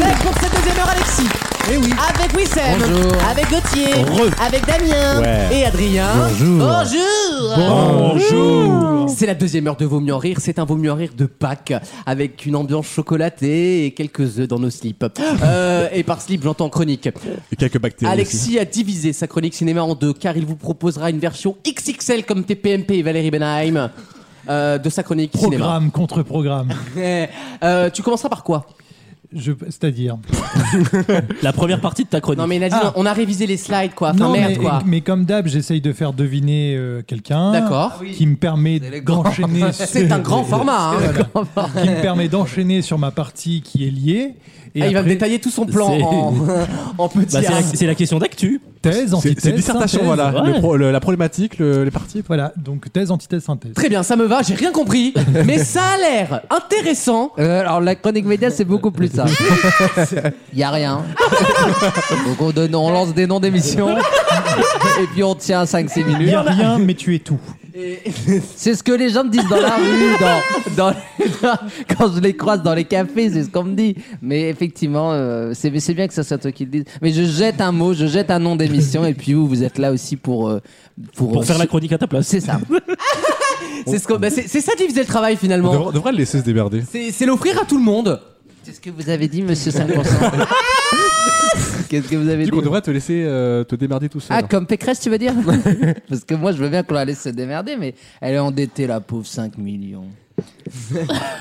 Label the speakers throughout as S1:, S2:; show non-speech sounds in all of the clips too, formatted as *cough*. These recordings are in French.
S1: Avec pour cette deuxième heure Alexis.
S2: Eh
S1: Avec Wissem. Avec Gauthier. Avec Damien.
S3: Ouais.
S1: Et Adrien. Bonjour. Bonjour.
S3: Bonjour
S1: C'est la deuxième heure de Vaut mieux en rire. C'est un Vaut mieux en rire de Pâques avec une ambiance chocolatée et quelques œufs dans nos slips. Euh, et par slip, j'entends chronique.
S3: Et quelques bactéries aussi.
S1: Alexis a divisé sa chronique cinéma en deux car il vous proposera une version XXL comme TPMP et Valérie Benheim euh, de sa chronique cinéma.
S2: Programme contre programme.
S1: Eh, euh, tu commenceras par quoi
S2: Je- C'est-à-dire.
S4: La première partie de ta chronique.
S1: Non mais Nadine,
S2: Ah.
S1: on a révisé les slides quoi. Enfin
S2: Non,
S1: merde
S2: mais,
S1: quoi.
S2: mais comme d'hab, j'essaye de faire deviner euh, quelqu'un.
S1: D'accord. Ah oui.
S2: Qui me permet d'enchaîner.
S1: *laughs* C'est un
S2: *laughs*
S1: grand format. hein.
S2: qui me permet d'enchaîner sur ma partie qui est liée. Et
S1: Ah, il va me
S2: après,
S1: détailler tout son plan
S4: C'est-
S1: en, *laughs* en petit.
S4: Bah, c'est la-
S1: acte.
S4: c'est la, question d'actu.
S2: Thèse,
S3: C'est-
S2: antithèse.
S3: C'est dissertation,
S2: synthèse.
S3: voilà.
S4: ouais.
S3: Le pro- le- la problématique, le- les parties.
S2: Voilà, donc thèse, antithèse, synthèse.
S1: Très bien, ça me va, j'ai rien compris, mais ça a l'air intéressant.
S5: Euh, alors la chronique média c'est beaucoup plus
S1: *laughs*
S5: ça. Il y a rien. Donc on, donne, on lance des noms d'émissions et puis on tient 5-6
S2: Il n'y
S5: minutes.
S2: a rien, mais tu es *laughs* tout.
S5: C'est ce que les gens me disent dans la rue, dans, dans les- dans- quand je les croise dans les cafés, c'est ce qu'on me dit. Mais effectivement, euh, c'est mais c'est bien que ça soit toi qui le dise. Mais je jette un mot, je jette un nom d'émission et puis vous, vous êtes là aussi pour euh,
S4: Pour
S5: euh,
S4: faire la chronique à ta place.
S5: C'est ça.
S1: *laughs* C'est ce que- bah, c'est- c'est ça diviser le travail
S3: On
S1: finalement.
S3: devra- on devrait le laisser se démerder.
S1: C'est c'est l'offrir à tout le monde.
S5: C'est ce que vous avez dit, monsieur
S3: *laughs*
S5: 5%. Qu'est-ce que vous avez
S3: Ah Du
S5: dit
S3: coup, on devrait te laisser euh, te démerder tout seul.
S5: Ah, comme Pécresse, tu veux dire *laughs* Parce que moi, je veux bien qu'on la laisse se démerder, mais elle est endettée, la pauvre, 5
S3: *laughs*
S5: millions.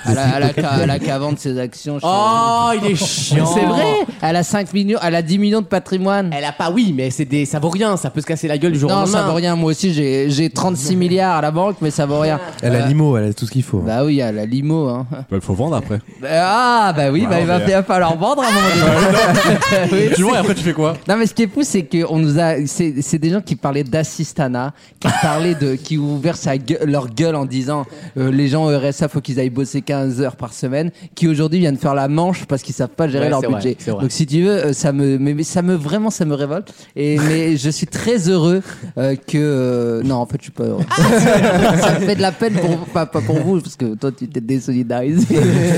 S5: elle, a, elle a qu'à- elle a qu'à vendre ses actions. chez-
S1: Oh, il est
S5: Mais
S1: chiant.
S5: c'est vrai Elle a 5 millions, elle a 10 millions de patrimoine.
S1: Elle a pas, oui, mais c'est des, ça vaut rien, ça peut se casser la gueule du jour au
S5: Non,
S1: lendemain.
S5: ça vaut rien. Moi aussi, j'ai j'ai *laughs* 36 milliards à la banque, mais ça vaut rien.
S6: Elle a l'IMO, elle a tout ce qu'il faut.
S5: Bah oui, elle a limo. Hein.
S3: Bah, Il faut vendre après.
S5: Bah, Ah, bah oui, bah, il va
S3: mais-
S5: bien falloir vendre à un *laughs* moment donné. Oui.
S3: Tu vois, et après tu fais quoi
S5: Non mais ce qui est fou c'est que on nous a c'est c'est des gens qui parlaient d'assistanat, qui parlaient de qui ont ouvert sa gueule- leur gueule en disant euh, les gens au RSA faut qu'ils aillent bosser 15 heures par semaine, qui aujourd'hui viennent faire la manche parce qu'ils savent pas gérer
S1: Ouais,
S5: leur
S1: c'est vrai,
S5: budget.
S1: c'est vrai.
S5: Donc si tu veux euh, ça me mais, mais ça me vraiment ça me révolte et
S1: *laughs*
S5: mais je suis très heureux euh, que euh, non en fait je suis pas heureux. *laughs* ça me fait de la peine pour pas, pas pour vous parce que toi tu
S1: *laughs*
S5: t'es désolidarisé.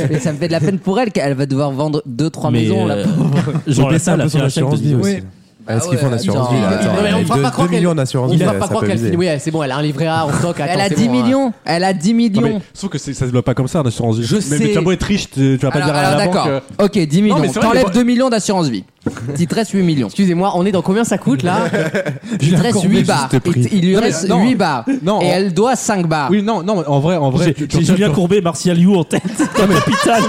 S5: mais ça me fait de la peine pour elle qu'elle va devoir vendre deux trois
S4: Mais,
S5: maisons là.
S4: euh,
S1: *laughs*
S4: Jean Lassalle a fait un chèque de 10 euros.
S2: Oui.
S6: Ah, ce qu'ils font en assurance
S5: ils-
S6: vie, là,
S5: ils-
S6: attends,
S1: Non, mais on
S6: elle-
S1: fera
S6: deux-
S1: pas
S6: deux
S1: croire qu'elle-
S6: millions en assurance
S1: On
S6: vie,
S1: va
S6: là,
S1: pas
S6: ça
S1: croire
S6: peut
S1: qu'elle
S6: viser.
S1: finit. Oui, c'est bon, elle a un livret A en stock.
S5: Elle
S1: attends,
S5: a
S1: c'est
S5: 10
S1: bon, hein.
S5: millions. Elle a 10
S3: Non,
S5: millions.
S3: mais sauf que c'est- ça se développe pas comme ça en assurance vie.
S5: Je
S3: mais,
S5: sais.
S3: mais t'as beau être riche, tu, tu vas pas
S5: Alors,
S3: dire à
S5: alors,
S3: la
S5: d'accord.
S3: banque. euh,
S5: Ok, 10 millions.
S3: mais c'est vrai,
S5: T'enlèves
S3: les banques-
S5: 2 millions d'assurance vie. T'y restes 8 millions.
S1: Excusez-moi, on est dans combien ça coûte là
S5: T'y restes 8 bars.
S6: prix.
S5: Et t- Il lui
S3: Non, mais,
S5: reste
S3: non.
S5: 8 bars.
S3: Non,
S5: Et
S3: en-
S5: elle doit 5 bars.
S3: Oui, non, non, en vrai, en vrai.
S4: J'ai
S3: tu- tu-
S4: j'ai
S3: tu-
S4: Julien
S3: tu-
S4: Courbet, Martial You en tête, capital.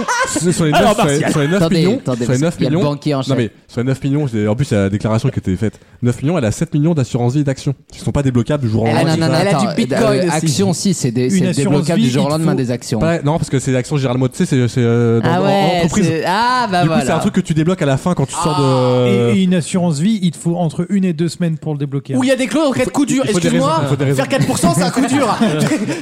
S3: Sur les 9,
S4: Alors,
S3: sur les-
S4: Martial.
S3: sur les 9
S5: Attendez,
S3: millions,
S5: attendez,
S3: sur les
S5: parce
S3: 9
S5: qu'il y a le
S3: millions-
S5: banquier en chef.
S3: Non mais sur les 9 millions, j'ai- en plus c'est la déclaration qui était faite. 9 millions, elle a 7 millions d'assurance vie d'actions qui sont pas débloquables du jour au
S5: Elle
S3: lendemain.
S5: a,
S3: tu
S5: non, non,
S3: vois.
S5: non,
S1: Elle a
S5: attends,
S1: du bitcoin
S5: euh,
S1: aussi.
S5: Action, si, c'est des-
S2: Une
S5: c'est
S2: assurance
S5: déblocable
S2: vie,
S5: du jour au
S2: il
S5: lendemain
S2: faut-
S5: des actions.
S3: Pas- non, parce que c'est l'action Gérald Mott, tu sais, c'est c'est, euh, dans-
S5: Ah
S3: dans- en
S5: ouais,
S3: entreprise.
S5: c'est- ah bah
S3: du coup,
S5: voilà.
S3: c'est un truc que tu débloques à la fin quand tu sors
S2: Et,
S3: de.
S2: et une assurance vie, il te faut entre une et deux semaines pour le débloquer.
S1: Où il y a des clauses en cas de coup dur.
S3: il faut des
S1: Excuse-moi,
S3: raisons, il faut des raisons.
S1: faire 4%, c'est un coup
S6: *laughs*
S1: dur.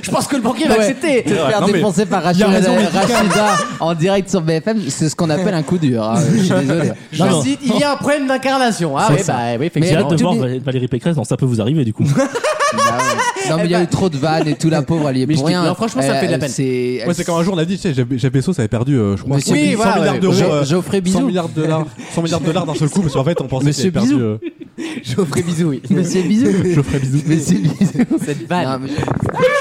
S1: Je pense que le banquier va
S5: Ouais.
S1: accepter.
S5: Te faire
S3: non, mais-
S5: défoncer par Rachida, Rachida en direct sur BFM, c'est ce qu'on
S3: *laughs*
S5: appelle un coup dur. hein. Je suis désolé.
S1: Je
S4: Non, non.
S1: cite, il y a un problème d'incarnation. Ah
S4: C'est
S1: oui,
S4: ça.
S1: bah oui,
S4: J'ai
S1: effectivement.
S4: hâte de
S5: tu
S4: voir
S5: dis-
S4: Val- Valérie Pécresse. Non, ça peut vous arriver du coup.
S5: Bah ouais. Non, mais
S3: Eh
S5: il y a eu trop de vannes et tout, la pauvre, elle y est
S1: Mais je
S5: pour
S1: dis-
S5: rien.
S1: non, franchement, ça me
S5: Elle-
S1: fait de la
S5: elle
S1: peine.
S5: s'est-
S3: Ouais, c'est quand un jour on a dit, tu sais, Jeff Jeff Bezos avait perdu, euh, je crois,
S5: Monsieur
S3: 100
S1: Bisou, voilà,
S3: milliards
S1: ouais.
S3: d'euros.
S5: Jo-
S3: euh,
S5: Geoffrey
S3: 100
S5: Bisou.
S3: milliards de dollars, 100 milliards de dollars d'un seul coup, parce qu'en fait, on pensait
S5: Monsieur
S3: qu'il avait perdu.
S5: Bisou.
S3: euh, *laughs*
S1: Geoffrey Bisou,
S5: *laughs*
S1: oui.
S5: Monsieur Bisou.
S3: Geoffrey Bisou.
S5: Monsieur Bisou.
S1: Cette vanne.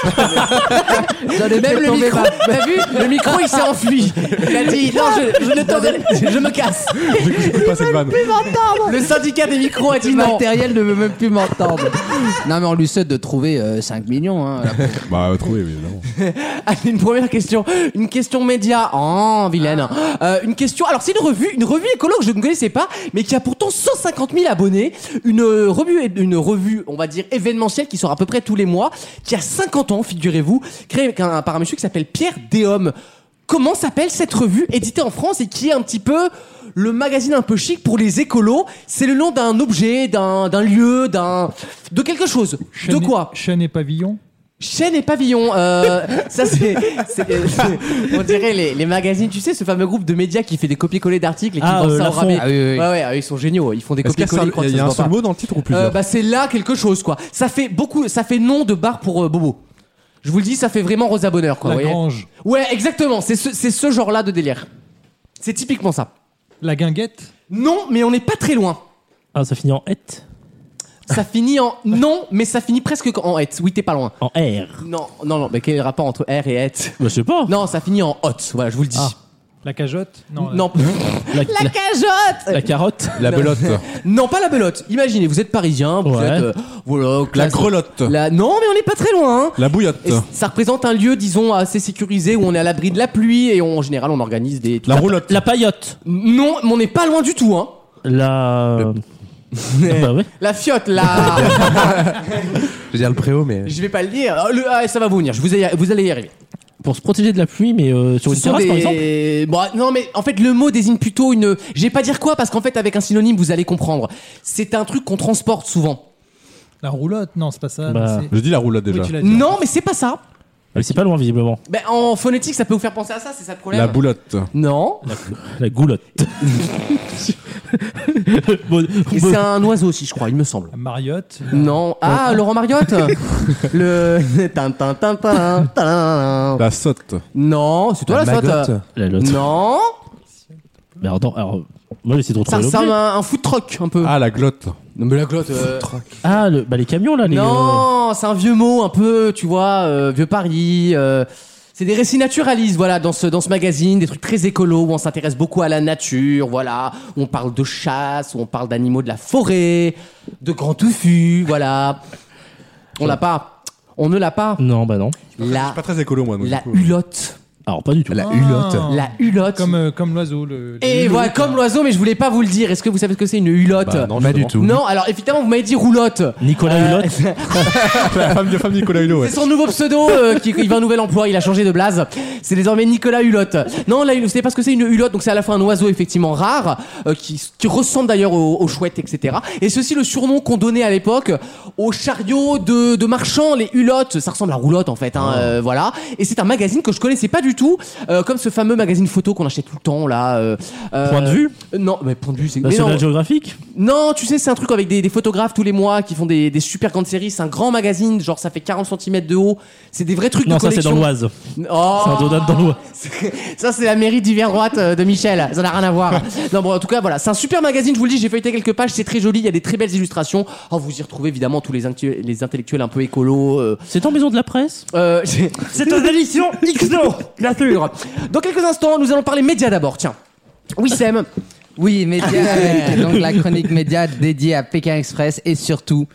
S5: *laughs* Non, mais je- J'en ai
S1: Même
S5: fait
S1: le
S5: tomber
S1: micro,
S5: ma-
S1: t'as vu Le micro, il s'est enfui. Il a dit non, je, je ne tolérerai- je me casse.
S3: J'écoute pas cette vanne.
S1: Le syndicat des micros a dit
S5: Le
S1: non.
S5: matériel ne veut même plus m'entendre. Non, mais on lui souhaite de trouver euh, 5 millions. hein, la pauvre.
S3: *laughs* Bah, trouvé, évidemment.
S1: Allez, Ah, une première question. Une question média. Oh, vilaine. Euh, une question. Alors, c'est une revue, une revue écolo que je ne connaissais pas, mais qui a pourtant 150 000 abonnés. Une euh, revue, une revue, on va dire, événementielle qui sort à peu près tous les mois, qui a 50 ans, figurez-vous, créée par un, par un monsieur qui s'appelle Pierre Déhomme. Comment s'appelle cette revue éditée en France et qui est un petit peu le magazine un peu chic pour les écolos C'est le nom d'un objet, d'un d'un lieu, d'un de quelque chose. De
S2: Chaîne-
S1: quoi
S2: Chaîne et pavillon
S1: Chaîne et pavillon,
S3: *laughs*
S1: euh, ça c'est, c'est- euh, c'est- on dirait les, les magazines, tu sais, ce fameux groupe de médias qui fait des copier-coller d'articles et qui
S4: Ah,
S1: vend
S4: euh,
S1: ça au
S4: Lafon.
S1: rabais.
S5: Ah oui, oui, oui.
S1: Ouais, ouais, ils sont géniaux, ils font des
S3: Est-ce qu'il y a
S1: copier-coller quand
S3: ça- il y
S1: ça se
S3: a un
S1: vend
S3: seul
S1: pas.
S3: mot dans le titre ou
S1: Euh,
S3: plusieurs
S1: bah c'est là quelque chose quoi. Ça fait beaucoup, ça fait nom de bar pour euh, bobo. Je vous le dis, ça fait vraiment Rosa Bonheur quoi.
S2: La
S1: Bah, vous voyez.
S2: grange,
S1: Ouais, exactement. C'est ce, c'est ce genre-là de délire. C'est typiquement ça.
S2: la guinguette,
S1: Non, mais on n'est pas très loin.
S4: Ah, ça finit en et
S1: Ça finit en non, mais ça finit presque en hot. Oui, t'es pas loin.
S4: En R.
S1: Non, non, non. Mais quel est le rapport entre R et hot
S4: Bah, je sais pas. Ah,
S1: Non, ça finit en hot. Voilà, je vous le dis.
S2: la cajotte. Non,
S1: non,
S4: *laughs* La,
S1: la
S4: la-
S1: cajotte.
S4: la carotte.
S6: La belote.
S1: Non, pas la belote. Imaginez, vous êtes parisien, vous
S4: Ouais.
S1: êtes euh, voilà,
S3: La
S1: classe-
S3: grelotte.
S1: La- Non, mais on n'est pas très loin. hein.
S3: La bouillotte.
S1: Et ça représente un lieu, disons, assez sécurisé où on est à l'abri de la pluie et on- en général on organise des.
S3: La roulotte.
S4: La paillotte.
S1: Non, mais on n'est pas loin du tout, hein.
S4: La. *laughs* Ah bah ouais.
S1: La fiotte, là.
S6: *laughs* Je veux dire le préau, mais.
S1: je vais pas le dire. Oh, le- ah, ça va vous venir. Je vous, ai- vous allez y arriver.
S4: Pour se protéger de la pluie, mais euh, sur
S1: Ce
S4: une
S1: sont
S4: terrasse, par
S1: des-
S4: exemple.
S1: Bon, non, mais en fait, le mot désigne plutôt une. Je vais pas dire quoi parce qu'en fait, avec un synonyme, vous allez comprendre. C'est un truc qu'on transporte souvent.
S2: La roulotte, non, c'est pas ça.
S4: Bah,
S2: mais c'est-
S3: Je dis la roulotte déjà.
S2: Oui, tu l'as dit.
S1: Non, mais c'est pas ça.
S4: Mais c'est pas loin, visiblement.
S1: Ben, en phonétique, ça peut vous faire penser à ça, c'est ça le problème.
S3: La boulotte.
S1: Oh. non.
S4: La goulotte. Bon,
S1: Et
S4: bon,
S1: c'est un oiseau aussi, je crois, il me semble.
S2: La mariotte,
S1: Non. Ah,
S6: *laughs*
S1: Laurent Mariotte Le. *laughs* Tin, tin, tin, tin, tin.
S6: Bah.
S3: La sotte.
S1: Oh. Non, c'est toi la,
S6: magotte.
S1: sotte.
S4: La lotte.
S1: Non,
S4: Mais attends, alors, moi j'essaie de
S1: ça
S4: retrouver
S1: ressemble
S4: l'objet.
S1: à un, un food truck un peu.
S3: Ah, la glotte.
S1: Non, mais la glotte. euh,
S4: Ah, le- bah, les camions là, les. euh,
S1: Non, c'est un vieux mot un peu, tu vois, euh, vieux Paris. euh, c'est des récits naturalistes, voilà, dans ce, dans ce magazine, des trucs très écolos où on s'intéresse beaucoup à la nature, voilà, où on parle de chasse, où on parle d'animaux de la forêt, de grands touffus, voilà. On l'a pas. On ne l'a pas.
S4: Non, bah non.
S1: La,
S3: Pas très écolo, moi. donc,
S1: la
S3: du coup.
S1: hulotte.
S4: Alors, pas du tout.
S6: La
S2: Ah.
S6: hulotte.
S1: La hulotte.
S2: comme, euh, comme l'oiseau. Le,
S1: Et
S2: le-
S1: voilà, comme l'oiseau, mais je voulais pas vous le dire. Est-ce que vous savez ce que c'est une hulotte
S3: Bah, non,
S6: Pas
S3: justement.
S6: du tout.
S1: Non, alors évidemment, vous m'avez dit roulotte.
S4: Nicolas
S1: Euh,
S4: Hulot.
S1: *laughs*
S3: *laughs* La femme, la femme Nicolas Hulot, ouais.
S1: C'est son nouveau pseudo, euh, qui, il veut un nouvel emploi, il a changé de blaze. C'est désormais Nicolas Hulotte. Non, là, vous savez pas ce que c'est une hulotte, donc c'est à la fois un oiseau effectivement rare, euh, qui, qui ressemble d'ailleurs aux, aux chouettes, etc. Et ceci le surnom qu'on donnait à l'époque aux chariots de, de marchands, les hulottes. Ça ressemble à roulotte en fait,
S4: Ah.
S1: hein, euh, voilà. Et c'est un magazine que je connaissais pas du tout, euh, comme ce fameux magazine photo qu'on achetait tout le temps là. euh, euh,
S4: Point de vue
S1: Non, mais point de vue, c'est mais non.
S4: National Geographic
S1: Non, tu sais, c'est un truc avec des, des photographes tous les mois qui font des, des super grandes séries. C'est un grand magazine, genre ça fait 40 cm de haut. C'est des vrais trucs
S4: Non,
S1: de
S4: ça c'est
S1: collection.
S4: dans l'Oise.
S1: Oh
S4: C'est un donut dans l'Oise.
S1: *laughs* ça, c'est la mairie d'hiver droite euh, de Michel. Ça n'a rien à voir. non, bon, en tout cas, voilà. C'est un super magazine. Je vous le dis, j'ai feuilleté quelques pages. C'est très joli. Il y a des très belles illustrations. Oh, vous y retrouvez évidemment tous les, intellectuels- les intellectuels un peu écolos. euh,
S4: C'est en maison de la presse
S1: euh, *laughs* c'est une édition XO. Bien sûr. Dans quelques instants, nous allons parler médias d'abord. Tiens. Oui, Sam.
S5: Ah Oui, média, avec, donc la chronique média dédiée à Pékin Express et surtout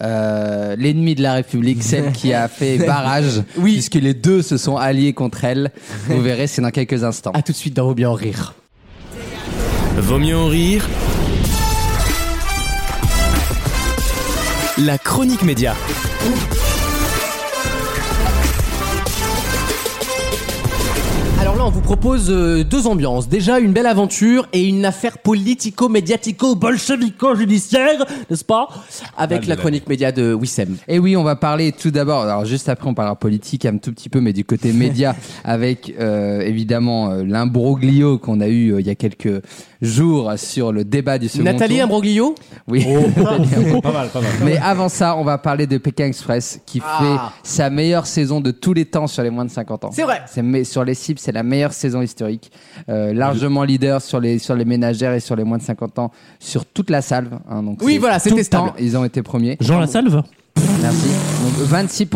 S5: euh, l'ennemi de la République, celle qui a fait barrage,
S1: Oui.
S5: puisque les deux se sont alliés contre elle. Vous verrez, c'est dans quelques instants.
S1: À tout de suite dans Vos bien en rire.
S7: Vaut mieux en rire. La chronique média.
S1: Alors là, on vous propose euh, deux ambiances. Déjà, une belle aventure et une affaire politico-médiatico-bolchevico-judiciaire, n'est-ce pas Avec la chronique média de Wissem.
S5: Et Eh oui, on va parler tout d'abord, alors juste après on parlera politique un tout petit peu, mais
S1: *laughs*
S5: du côté média, avec euh, évidemment euh, l'imbroglio qu'on a eu euh, il y a quelques jours sur le débat du second
S1: Nathalie Oh,
S5: tour.
S1: Imbroglio
S5: Oui. *laughs*
S4: Pas mal, pas mal.
S5: Mais avant ça, on va parler de Pékin Express qui
S1: Ah.
S5: fait sa meilleure saison de tous les temps sur les moins de 50 ans.
S1: C'est vrai.
S5: mais sur les cibles, c'est la meilleure saison historique. Euh, largement leader sur les, sur les ménagères et sur les moins de 50 ans sur toute la salve. hein, donc
S1: Oui,
S5: c'est
S1: voilà,
S5: tout
S1: c'était
S5: le temps,
S1: stable.
S5: Ils ont été premiers.
S4: Jean Lassalve
S5: Merci. Donc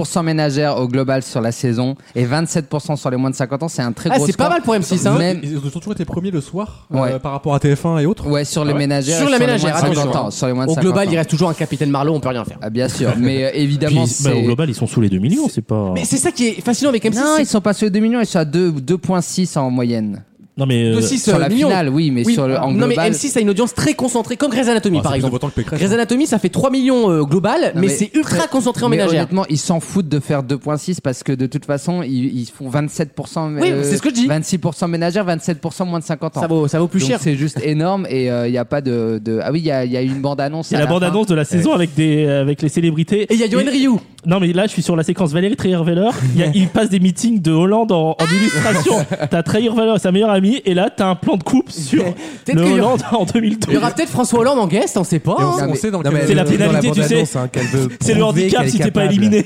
S5: 26% ménagères au global sur la saison et 27% sur les moins de 50 ans. C'est un très
S1: Ah,
S5: gros
S1: c'est pas
S5: score.
S1: mal pour M6, hein
S5: Même-
S3: Ils ont toujours été premiers le soir euh,
S5: Ouais.
S3: par rapport à TF1 et autres.
S5: Ouais, sur les ménagères.
S1: Sur
S5: et
S1: la
S5: les moins de
S1: ménagère,
S5: 50
S1: attention,
S5: ans,
S1: hein.
S5: Sur les moins de
S1: Au
S5: 50
S1: global,
S5: ans.
S1: il reste toujours un capitaine Marlowe, on peut rien faire.
S5: Ah, bien
S1: *laughs*
S5: sûr, mais euh,
S4: Puis,
S5: évidemment.
S4: bah,
S5: c'est-
S4: au global, ils sont sous les 2 millions, c'est pas.
S1: Mais c'est ça qui est fascinant avec M6.
S5: Non,
S1: c'est-
S5: ils sont passés aux 2 millions, ils sont à deux- 2,6 en moyenne.
S4: Non, mais.
S1: De
S4: euh,
S1: 6
S5: Sur la
S1: millions.
S5: finale, oui, mais
S1: Oui.
S5: sur le en
S1: non mais
S5: global,
S1: M6 a une audience très concentrée, comme Grey's Anatomy
S3: Ah,
S1: par
S3: c'est plus
S1: exemple.
S3: important que Pécresse.
S1: Grey's Anatomy ça fait 3 millions euh, global,
S5: Non,
S1: mais,
S5: mais
S1: c'est ultra concentré en
S5: mais
S1: ménagère.
S5: honnêtement, ils s'en foutent de faire 2.6 parce que de toute façon, ils, ils font 27%.
S1: Oui,
S5: euh,
S1: c'est ce que je dis.
S5: 26% ménagères, 27% moins de 50 ans.
S1: Ça vaut, ça vaut plus
S5: Donc
S1: cher.
S5: C'est juste énorme et euh, il n'y a pas de, de- Ah oui, il y a, il y a une bande-annonce.
S4: C'est
S5: à
S4: la
S5: fin.
S4: bande-annonce de la saison avec, des, avec les célébrités.
S1: Et il y a Yoann Ryu.
S4: Non, mais là, je suis sur la séquence Valérie Trierweiler. Il, y a- il passe des meetings de Hollande en, en illustration. T'as Trierweiler, sa meilleure amie, et là, t'as un plan de coupe sur
S1: Peut-être
S4: le
S1: qu'il y aura-
S4: Hollande en
S1: Il y
S4: 2012.
S1: aura peut-être François Hollande en guest, on sait pas.
S3: Et on,
S1: hein.
S3: on
S5: mais-
S3: sait dans
S6: Non,
S3: quel-
S6: mais
S4: C'est la
S6: elle- dans
S4: pénalité, tu
S6: bande-annonce,
S4: sais.
S6: hein, qu'elle veut
S4: *laughs* C'est le
S6: prouver qu'elle
S4: handicap
S6: est
S4: si t'es pas
S6: capable.
S4: éliminé.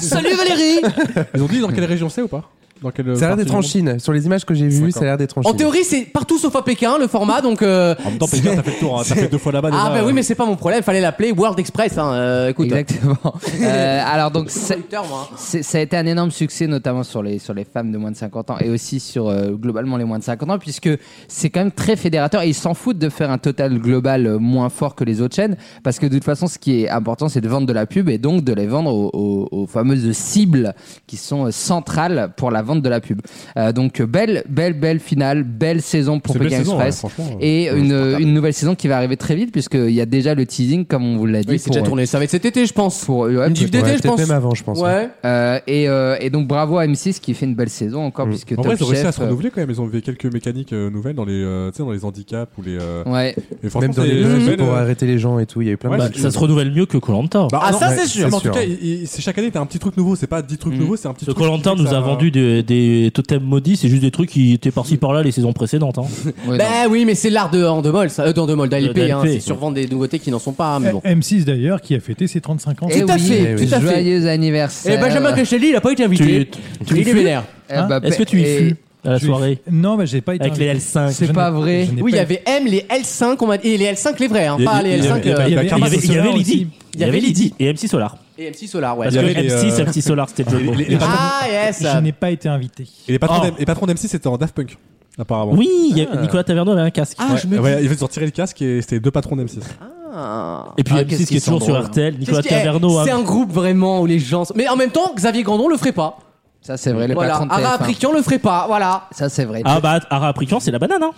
S1: Salut Valérie
S3: Ils ont dit dans quelle région c'est ou pas Dans quelle
S6: Ça a l'air
S3: partie
S6: d'être
S3: du
S6: en
S3: monde
S6: Chine. Sur les images que j'ai vues, ça a l'air d'être en Chine.
S1: En théorie, c'est partout sauf à Pékin le format, donc. euh,
S3: En même temps, Pékin, t'as fait le tour, hein. t'as fait deux fois là-bas.
S1: Ah,
S3: déjà,
S1: bah oui,
S3: euh.
S1: mais c'est pas mon problème, fallait l'appeler World Express, hein. euh, écoute.
S5: Exactement. Euh, alors donc, c'est-
S1: Producteur, moi. hein.
S5: C'est- Ça a été un énorme succès, notamment sur les, sur les femmes de moins de 50 ans et aussi sur euh, globalement les moins de 50 ans, puisque c'est quand même très fédérateur et ils s'en foutent de faire un total global euh, moins fort que les autres chaînes, parce que de toute façon, ce qui est important, c'est de vendre de la pub et donc de les vendre aux, aux- aux fameuses cibles qui sont euh, centrales pour la vente de la pub. Euh, donc, euh, belle, belle, belle finale, belle saison pour
S3: C'est belle
S5: Pékin
S3: saison, ouais,
S5: Express.
S3: franchement.
S5: Et une, une nouvelle saison qui va arriver très vite, puisqu'il y a déjà le teasing, comme on vous l'a dit.
S1: Oui, c'est
S5: pour,
S1: déjà tourné, ça va être cet été, je pense.
S5: pour- ouais,
S1: Une diff
S6: Ouais,
S1: d'été, je
S6: peut-être
S1: pense.
S6: même avant, je pense.
S3: hein.
S1: Ouais.
S5: euh, et, euh, et donc bravo à M6 qui fait une belle saison encore
S6: Mm.
S5: puisque
S3: En
S5: Top
S3: vrai, ils ont réussi à
S5: Chef.
S3: se renouveler quand même. Ils ont enlevé quelques mécaniques euh, nouvelles dans les, euh, tu sais, dans les handicaps ou les. euh,
S5: euh, ouais.
S3: et franchement,
S6: Même dans
S3: c'est-
S6: les
S3: c'est
S6: loges
S3: belle,
S6: pour
S3: euh,
S6: arrêter les gens et tout, il y a eu plein
S3: Ouais,
S6: de
S4: Bah,
S6: trucs.
S4: ça se renouvelle mieux que Colanta.
S3: Bah,
S1: Ah,
S3: non,
S1: ça,
S3: ouais,
S1: c'est sûr.
S3: mais en tout
S6: sûr.
S3: cas, il- il- c'est chaque année, t'as un petit truc nouveau. C'est pas 10 trucs
S5: Mm.
S3: nouveaux, c'est un petit
S4: Le
S3: truc. qui
S4: Colanta
S3: fait que
S4: nous
S3: ça-
S4: a vendu des, des totems maudits, c'est juste des trucs qui étaient par-ci par-là les saisons précédentes. hein.
S5: Ouais, non.
S1: Bah oui, mais c'est l'art de Andemol, ça. Euh, d'Andemol, d'ALP,
S4: Euh,
S1: hein,
S4: d'ALP.
S1: c'est survendre des nouveautés qui n'en sont pas, mais bon.
S2: *laughs* M6 Euh, d'ailleurs qui a fêté ses 35 ans.
S5: Eh
S1: tout à
S5: oui,
S1: fait,
S5: eh
S1: tout
S5: oui.
S1: à fait.
S5: Joyeux anniversaire.
S1: Et Eh, Benjamin Castaldi, il a pas été invité.
S4: Tu-
S1: il est vénère.
S5: Eh bah,
S4: Est-ce que tu y
S5: et-
S4: fus à la
S2: Je-
S4: soirée
S2: Non, mais j'ai pas été.
S4: Avec les L5.
S5: C'est
S2: Je
S5: pas
S2: n'ai-
S5: vrai.
S2: je n'ai
S1: Oui, il y
S2: pas-
S1: avait M, les L5, on m'a dit- et les L5 les vrais, hein,
S3: Il y a-
S1: pas
S3: il y
S1: les
S3: a-
S1: L5
S3: il y a-
S1: euh,
S3: il y a
S2: Ah,
S4: Il y avait, il y avait
S2: Solar
S4: Lydie.
S2: bah, aussi.
S4: Il y avait Lydie et MC Solar.
S1: et M6 Solar, ouais.
S4: Parce
S3: y
S4: que
S3: avait les,
S4: M6,
S3: euh,
S4: MC Solar, c'était le jeu. de rôle.
S3: les- les-
S1: Ah, yes
S2: Je n'ai pas été invité.
S3: Et les patrons
S4: Oh.
S3: d'M- les patrons d'M6 étaient en Daft Punk, apparemment.
S4: Oui, il y a- Nicolas Taverneau avait un casque.
S1: Ah, je me dis.
S3: Ouais, ils ont tiré le casque et c'était deux patrons d'M6.
S1: Ah.
S4: Et puis
S5: Ah,
S4: M6
S5: qu'est-ce
S4: qui est
S5: qu'ils sont
S4: toujours sur
S5: drôles, hein.
S4: RTL, Nicolas
S1: Qu'est-ce qui- eh,
S4: Taverneau. hein.
S1: C'est un groupe vraiment où les gens. Mais en même temps, Xavier Grandon le ferait pas.
S5: Ça c'est vrai, les
S1: voilà.
S5: patrons de
S1: Ara
S5: TF1.
S1: Africain le ferait pas. Voilà.
S5: Ça c'est vrai.
S4: Ah bah, Ara Aprican, c'est la banane, hein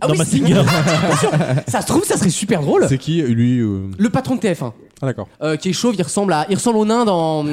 S1: Ah
S4: Dans
S1: oui, c'est- Ah,
S4: Massinger.
S5: Ah,
S1: Ça se trouve, ça serait super drôle.
S3: C'est qui lui euh,
S1: Le patron de TF1,
S3: Ah d'accord.
S1: euh, qui est chauve, il ressemble à, il ressemble au nain dans
S4: *laughs*
S1: euh,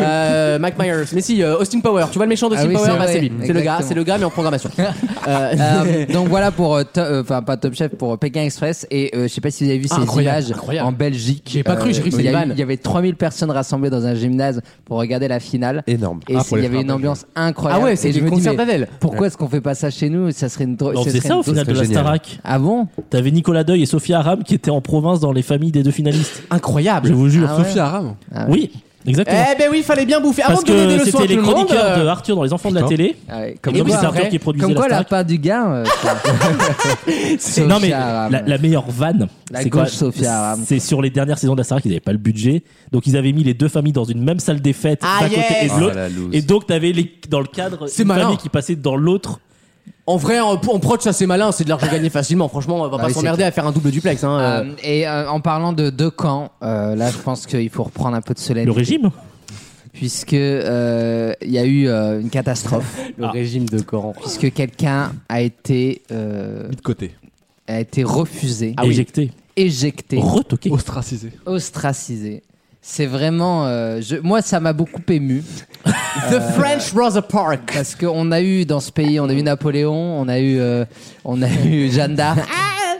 S1: euh, Mike Myers. Mais si, euh, Austin Power. Tu vois le méchant d'Austin
S5: Ah oui,
S1: Power,
S5: c'est
S1: bah,
S5: vrai.
S1: c'est lui. C'est le gars,
S5: Exactement.
S1: c'est le gars, mais en
S5: *laughs*
S1: programmation. Euh,
S5: Euh, donc voilà pour euh, to- euh, enfin pas Top Chef pour euh, Pékin Express et euh, je sais pas si vous avez vu
S1: Ah,
S5: ces
S1: incroyable,
S5: images
S1: incroyable.
S5: en Belgique. Euh,
S1: J'ai pas cru, j'ai cru que
S5: il y
S1: c'était
S5: a eu-
S1: une vanne.
S5: Il y avait 3000 personnes rassemblées dans un gymnase pour regarder la finale
S6: Énorme.
S5: et
S3: Ah,
S5: c'est-
S3: pour
S5: il y
S3: les
S5: avait
S3: frères
S5: une
S3: belges.
S5: ambiance incroyable
S1: ah ouais,
S5: et
S1: c'est
S5: je
S1: du
S5: me dis
S1: concert
S5: mais
S1: d'Adèle.
S5: pourquoi est-ce qu'on fait pas ça chez nous Ça serait une drôle.
S4: On
S5: ce
S4: faisait
S5: serait
S4: ça
S5: une
S4: au
S5: drôle-
S4: final de la
S6: génial.
S4: Starac.
S5: Ah bon
S4: T'avais Nicolas Deuil et Sophie Aram qui étaient en province dans les familles des deux finalistes. Je
S1: Incroyable.
S4: vous jure.
S5: Ah ouais.
S3: Aram.
S5: Ah ouais.
S4: Oui, exactement.
S1: Eh ben oui, fallait bien bouffer. Avant
S4: Parce
S1: de donner des
S4: que
S1: leçons à
S4: c'était
S1: tout
S4: les
S1: le monde.
S4: chroniqueurs
S1: euh,
S4: de Arthur dans Les Enfants de la
S3: Putain.
S4: télé.
S5: Ah ouais, Comme
S4: Et donc,
S5: quoi,
S4: c'est un
S5: après-
S4: qui produisait
S5: comme
S4: la
S5: quoi
S4: Starac.
S5: part du gain. euh, Sophia
S4: non mais la,
S5: Aram.
S4: la meilleure vanne,
S5: La
S4: c'est
S5: gauche
S4: quoi
S5: Sophia Aram.
S4: C'est sur les dernières saisons de la Starac, ils n'avaient pas le budget, donc ils avaient mis les deux familles dans une même salle des fêtes
S1: Ah,
S4: d'un côté et
S1: yes
S4: de
S5: Oh,
S4: l'autre.
S6: Ah, la loose.
S4: et donc t'avais les dans le cadre
S1: C'est
S4: une
S1: malin.
S4: famille qui passait dans l'autre.
S1: En vrai, en, en prod, ça c'est malin, c'est de l'argent gagné facilement. Franchement, on va
S5: Ah
S1: pas
S5: oui,
S1: s'emmerder à faire un double duplex. Hein. euh.
S5: Euh, et euh, en parlant de deux camps, euh, là je pense qu'il faut reprendre un peu de soleil.
S4: Le régime
S5: Puisque euh, il y a eu euh, une catastrophe.
S1: *laughs* le
S4: ah.
S1: régime de Coran.
S5: puisque quelqu'un a été euh,
S3: Mis de côté.
S5: a été refusé,
S1: Ah oui. Oh.
S4: éjecté,
S5: éjecté,
S4: retoqué.
S3: Ostracisé.
S5: ostracisé. C'est vraiment, euh, je- moi ça m'a beaucoup ému
S1: The French Rosa Park.
S5: parce qu'on a eu dans ce pays, on a eu Napoléon, on a eu, euh, on a *laughs* eu Jeanne d'Arc,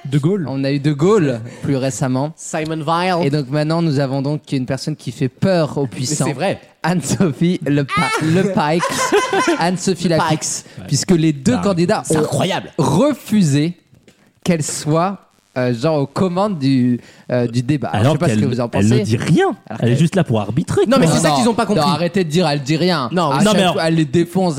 S2: De Gaulle.
S5: on a eu De Gaulle plus récemment.
S1: Simon Weil.
S5: Et donc maintenant, nous avons donc une personne qui fait peur aux
S1: Mais
S5: puissants.
S1: c'est vrai.
S5: Anne-Sophie Le, Pa-
S1: Ah.
S5: Le
S1: *laughs*
S5: Pikes. Anne-Sophie La
S1: Pikes.
S5: Pikes. Puisque les deux candidats
S1: C'est
S5: ont
S1: incroyable.
S5: refusé qu'elle soit euh, genre aux commandes du, euh, du débat. Alors,
S4: Alors
S5: je sais pas
S4: qu'elle
S5: ce que vous en
S4: elle
S5: pensez.
S4: ne dit rien. Elle est juste là pour arbitrer.
S1: Non, mais
S4: quoi.
S1: c'est ça qu'ils ont pas compris.
S5: Non, arrêtez de dire, elle dit rien.
S1: Non,
S5: À
S4: mais- non,
S5: chaque
S4: mais alors-
S5: fois, elle les défonce,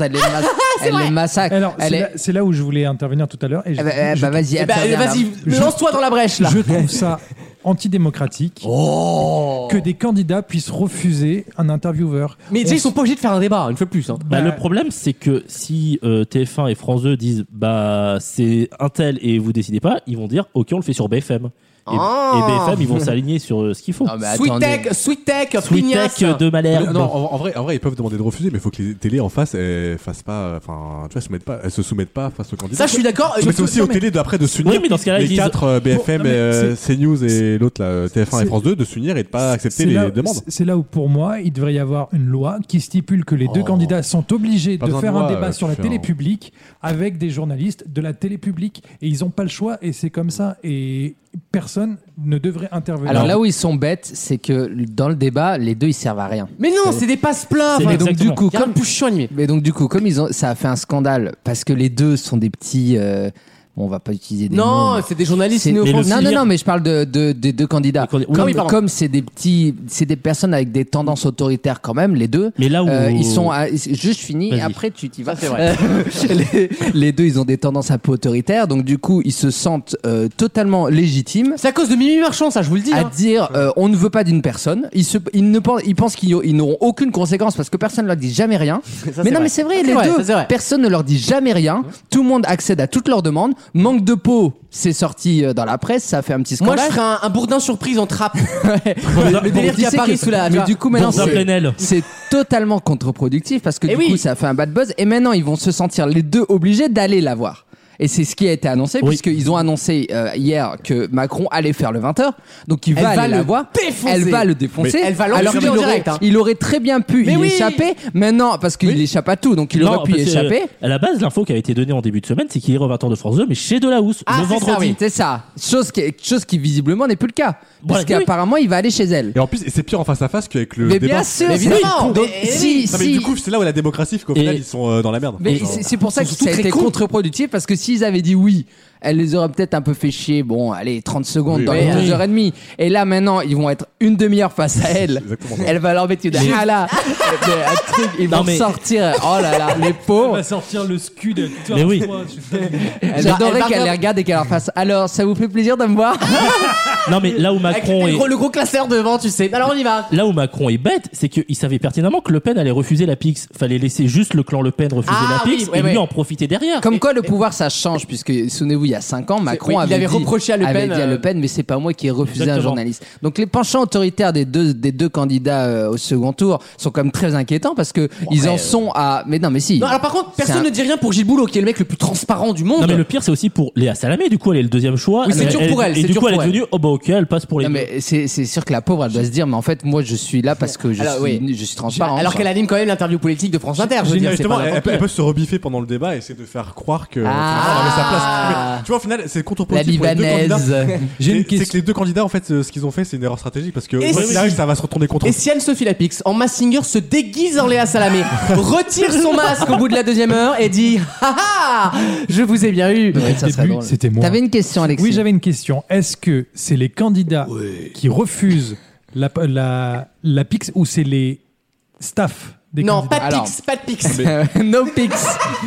S1: *laughs*
S5: elle les, mas- elle les massacre.
S2: Alors, c'est
S5: elle est...
S2: là- c'est là, où je voulais intervenir tout à l'heure. Et je-
S5: Eh ben, eh
S2: je-
S5: ben, vas-y,
S1: Eh ben,
S5: interviens, là.
S1: vas-y, lance-toi dans la brèche là.
S2: Je trouve ça antidémocratique que des candidats puissent refuser un intervieweur.
S1: Mais tu sais,
S2: On
S1: ils sont pas obligés de faire un débat, une fois de plus. hein.
S4: Bah,
S2: Ouais.
S4: Le problème, c'est que si euh, TF1 et France 2 disent bah c'est un tel et vous décidez pas, ils vont dire ok, on le fait sur BFM. Et, et
S1: Ah.
S4: BFM, ils vont s'aligner sur euh, ce qu'ils font.
S5: Non, mais
S1: Sweet
S5: attendez.
S1: Tech, Sweet Tech,
S4: Sweet
S1: Pignasse.
S4: Tech de
S3: Mais
S4: Malherbe.
S3: non, en, en vrai, en vrai, ils peuvent demander de refuser, mais il faut que les télés en face, elles fassent pas, euh, enfin, tu vois, elles se mettent pas, elles se soumettent pas face aux candidats.
S1: Ça, je suis d'accord.
S3: Mais c'est
S1: Je-
S3: aussi aux télés d'après de s'unir.
S4: Oui, mais dans ce cas-là,
S3: les
S4: ils disent-
S3: quatre euh, BFM,
S2: Bon, non, mais
S3: euh, CNews et l'autre là, euh, TF1 et
S2: c'est-
S3: France 2, de s'unir et de pas accepter
S2: C'est
S3: les
S2: là-
S3: demandes.
S2: c'est- C'est là où, pour moi, il devrait y avoir une loi qui stipule que les deux candidats sont obligés
S3: Oh. Pas
S2: de
S3: besoin
S2: faire
S3: de
S2: un
S3: loi,
S2: débat
S3: euh,
S2: sur la
S3: tu
S2: télé
S3: fais un-
S2: publique avec des journalistes de la télé publique. Et ils n'ont pas le choix, et c'est comme ça. Et personne ne devrait intervenir.
S5: Alors là où ils sont bêtes, c'est que dans le débat, les deux ils servent à rien.
S1: Mais non, c'est des passe plats
S4: C'est
S5: Mais donc
S4: Exactement.
S5: du coup,
S1: Comme
S5: comme
S1: Pouchon animé.
S5: mais donc du coup, comme ils ont, ça a fait un scandale parce que les deux sont des petits. euh, bon, on va pas utiliser des noms,
S1: Non,
S5: mais-
S1: c'est des journalistes
S5: C'est-
S4: le
S1: néo-français.
S5: non, non,
S4: souvenir-
S5: non, mais je parle de, de- des deux candidats.
S4: Les candidats- oui,
S5: Comme-
S1: oui, pardon.
S5: Comme c'est des petits, c'est des personnes avec des tendances autoritaires quand même, les deux.
S4: Mais là où.
S5: Euh, ils sont à- juste finis
S4: Vas-y.
S5: et après tu t'y vas.
S1: Ça, c'est vrai.
S5: Euh, *laughs* les, les deux, ils ont des tendances un peu autoritaires, donc du coup, ils se sentent euh, totalement légitimes
S1: C'est à cause de Mimi Marchand, ça, je vous le dis.
S5: à
S1: hein.
S5: dire euh, on ne veut pas d'une personne. Ils, se, ils, ne pensent, ils pensent qu'ils ils n'auront aucune conséquence parce que personne ne leur dit jamais rien. mais non, mais c'est vrai,
S1: Ça, c'est
S5: les
S1: vrai,
S5: deux,
S1: ça, c'est vrai. Mmh.
S5: personne ne leur dit jamais rien. Tout le monde accède à toutes leurs demandes. Manque de peau, c'est sorti euh, dans la presse, ça a fait un petit
S1: Moi,
S5: scandale.
S1: je ferais un, un bourdin surprise en trappe.
S5: *laughs*
S4: Bourdin-
S1: le délire
S5: Tu
S1: qui
S5: sais
S1: apparaît
S5: que-
S1: sous la. tu
S5: Mais
S1: vois.
S5: du coup, maintenant,
S4: Bourdin
S5: c'est-
S4: Plenel.
S5: c'est totalement contre-productif parce que
S1: Eh
S5: du
S1: oui.
S5: coup, ça fait un bad buzz et maintenant ils vont se sentir les deux obligés d'aller la voir. Et c'est ce qui a été annoncé
S4: Oui.
S5: puisqu'ils ont annoncé euh, hier que Macron allait faire le 20h. Donc il
S1: Elle
S5: va aller
S1: va
S5: la
S1: le
S5: voir.
S1: défoncer.
S5: Elle va le défoncer.
S1: Mais- Elle va
S5: alors
S1: l'enculer
S5: qu'il
S1: en
S5: aurait,
S1: direct, hein.
S5: il aurait très bien pu
S1: Mais
S5: y
S1: oui.
S5: échapper. Mais non, parce qu'il échappe à tout. Donc il
S4: Non,
S5: aurait pu y
S4: parce que,
S5: échapper.
S4: euh, À la base, l'info qui a été donnée en début de semaine, c'est qu'il est revint de France 2, mais chez Delahousse,
S1: Ah,
S4: le
S1: c'est ça,
S4: vendredi.
S1: oui.
S5: C'est ça. Chose qui, chose qui visiblement n'est plus le cas. Parce
S4: Ouais, oui.
S5: qu'apparemment il va aller chez elle.
S3: Et en plus, et c'est pire en face à face qu'avec le
S5: Mais
S3: débat.
S5: bien sûr,
S1: Mais
S5: c'est-
S1: évidemment.
S5: Donc,
S3: Eh
S1: Mais-
S5: si,
S3: Non, mais
S5: si-
S3: du coup, c'est là où la démocratie fait qu'au
S4: Et-
S3: final, ils sont euh, dans la merde.
S5: Mais
S3: Genre,
S5: c'est c'est pour ça
S1: Ils
S5: que
S1: sont surtout
S5: ça a
S1: très
S5: été
S1: cons.
S5: contre-productif parce que s'ils avaient dit oui, elle les aurait peut-être un peu fait chier. Bon, allez, 30 secondes
S3: Oui,
S5: dans
S3: oui,
S5: les
S4: oui.
S5: 2h30. Et là, maintenant, ils vont être une demi-heure face à elle.
S3: exactement ça.
S5: Elle va leur mettre une hala. Mais un truc, ils
S4: Non,
S5: vont
S4: mais-
S5: sortir. Oh là là, les pauvres.
S2: sortir le scud.
S4: Mais oui.
S1: elle va
S5: J'adorais qu'elle les
S1: regarder-
S5: regarde et qu'elle leur fasse. Alors, ça vous fait plaisir de me voir
S4: Non, mais là où
S1: Avec
S4: Macron
S1: le,
S4: est.
S1: gros, le gros classeur devant, tu sais. Alors, on y va.
S4: Là où Macron est bête, c'est qu'il savait pertinemment que Le Pen allait refuser la PIX. Fallait laisser juste le clan Le Pen refuser
S1: Ah,
S4: la PIX
S1: oui, ouais,
S4: et lui
S1: ouais.
S4: en profiter derrière.
S5: Comme quoi, le pouvoir, ça change, puisque souvenez-vous, il y a 5 ans, Macron
S1: oui, il avait
S5: avait, dit-
S1: reproché à Le
S5: avait
S1: Pen,
S5: dit à
S1: euh,
S5: Le Pen, mais c'est pas moi qui ai refusé un
S4: Exactement.
S5: journaliste. Donc les penchants autoritaires des deux des deux candidats euh, au second tour sont quand même très inquiétants parce que ils en sont à. Mais non, mais si.
S1: euh, Non, alors par contre, personne
S5: un-
S1: ne dit rien pour Gilles Boulot, qui est le mec le plus transparent du monde.
S4: Non mais le pire c'est aussi pour Léa Salamé du coup elle est le deuxième choix.
S1: Oui, c'est
S4: Et-
S1: dur pour elle,
S4: Et
S1: c'est
S4: du
S1: dur
S4: coup elle est
S1: pour elle.
S4: devenue oh bah ok elle passe pour les.
S5: Non,
S4: deux.
S5: mais c'est c'est sûr que la pauvre, elle doit se dire, mais en fait, moi, je suis là parce que je
S1: Alors,
S5: suis
S1: oui.
S5: je suis transparent.
S1: Bah, alors
S5: quoi.
S1: qu'elle anime quand même l'interview politique de France Inter. Je veux
S3: Génial,
S1: dire, c'est
S3: justement,
S1: pas
S3: elle,
S1: n'importe
S3: elle
S1: qui.
S3: peut se rebiffer pendant le débat et essayer de faire croire que
S5: Ah.
S3: finalement, elle avait sa place. Mais, tu vois, au final, c'est
S5: la
S3: contre-productif pour les deux candidats.
S5: libanaise.
S1: *laughs*
S2: J'ai une
S3: C'est- C'est
S2: question.
S3: que les deux candidats, en fait, euh, ce qu'ils ont fait, c'est une erreur stratégique parce que
S1: Et
S3: quoi
S1: si-
S3: qu'il arrive, ça va se retourner contre
S1: Et
S3: eux.
S1: si Anne-Sophie Lapix, en Massinger, se déguise en Léa Salamé, retire son masque au bout de la deuxième heure et dit *laughs* Ah ah Je vous ai bien eu
S5: Ouais, ça
S2: Au
S5: serait
S2: début,
S5: drôle.
S2: c'était moi.
S5: T'avais une question, Alexis
S2: Oui, j'avais une question. Est-ce que c'est les candidats qui refusent la, la, la PIX ou c'est les staffs des
S1: Non,
S2: candidats
S1: pas de
S5: Alors.
S1: Pix, pas de Pix.
S5: *laughs* No pics.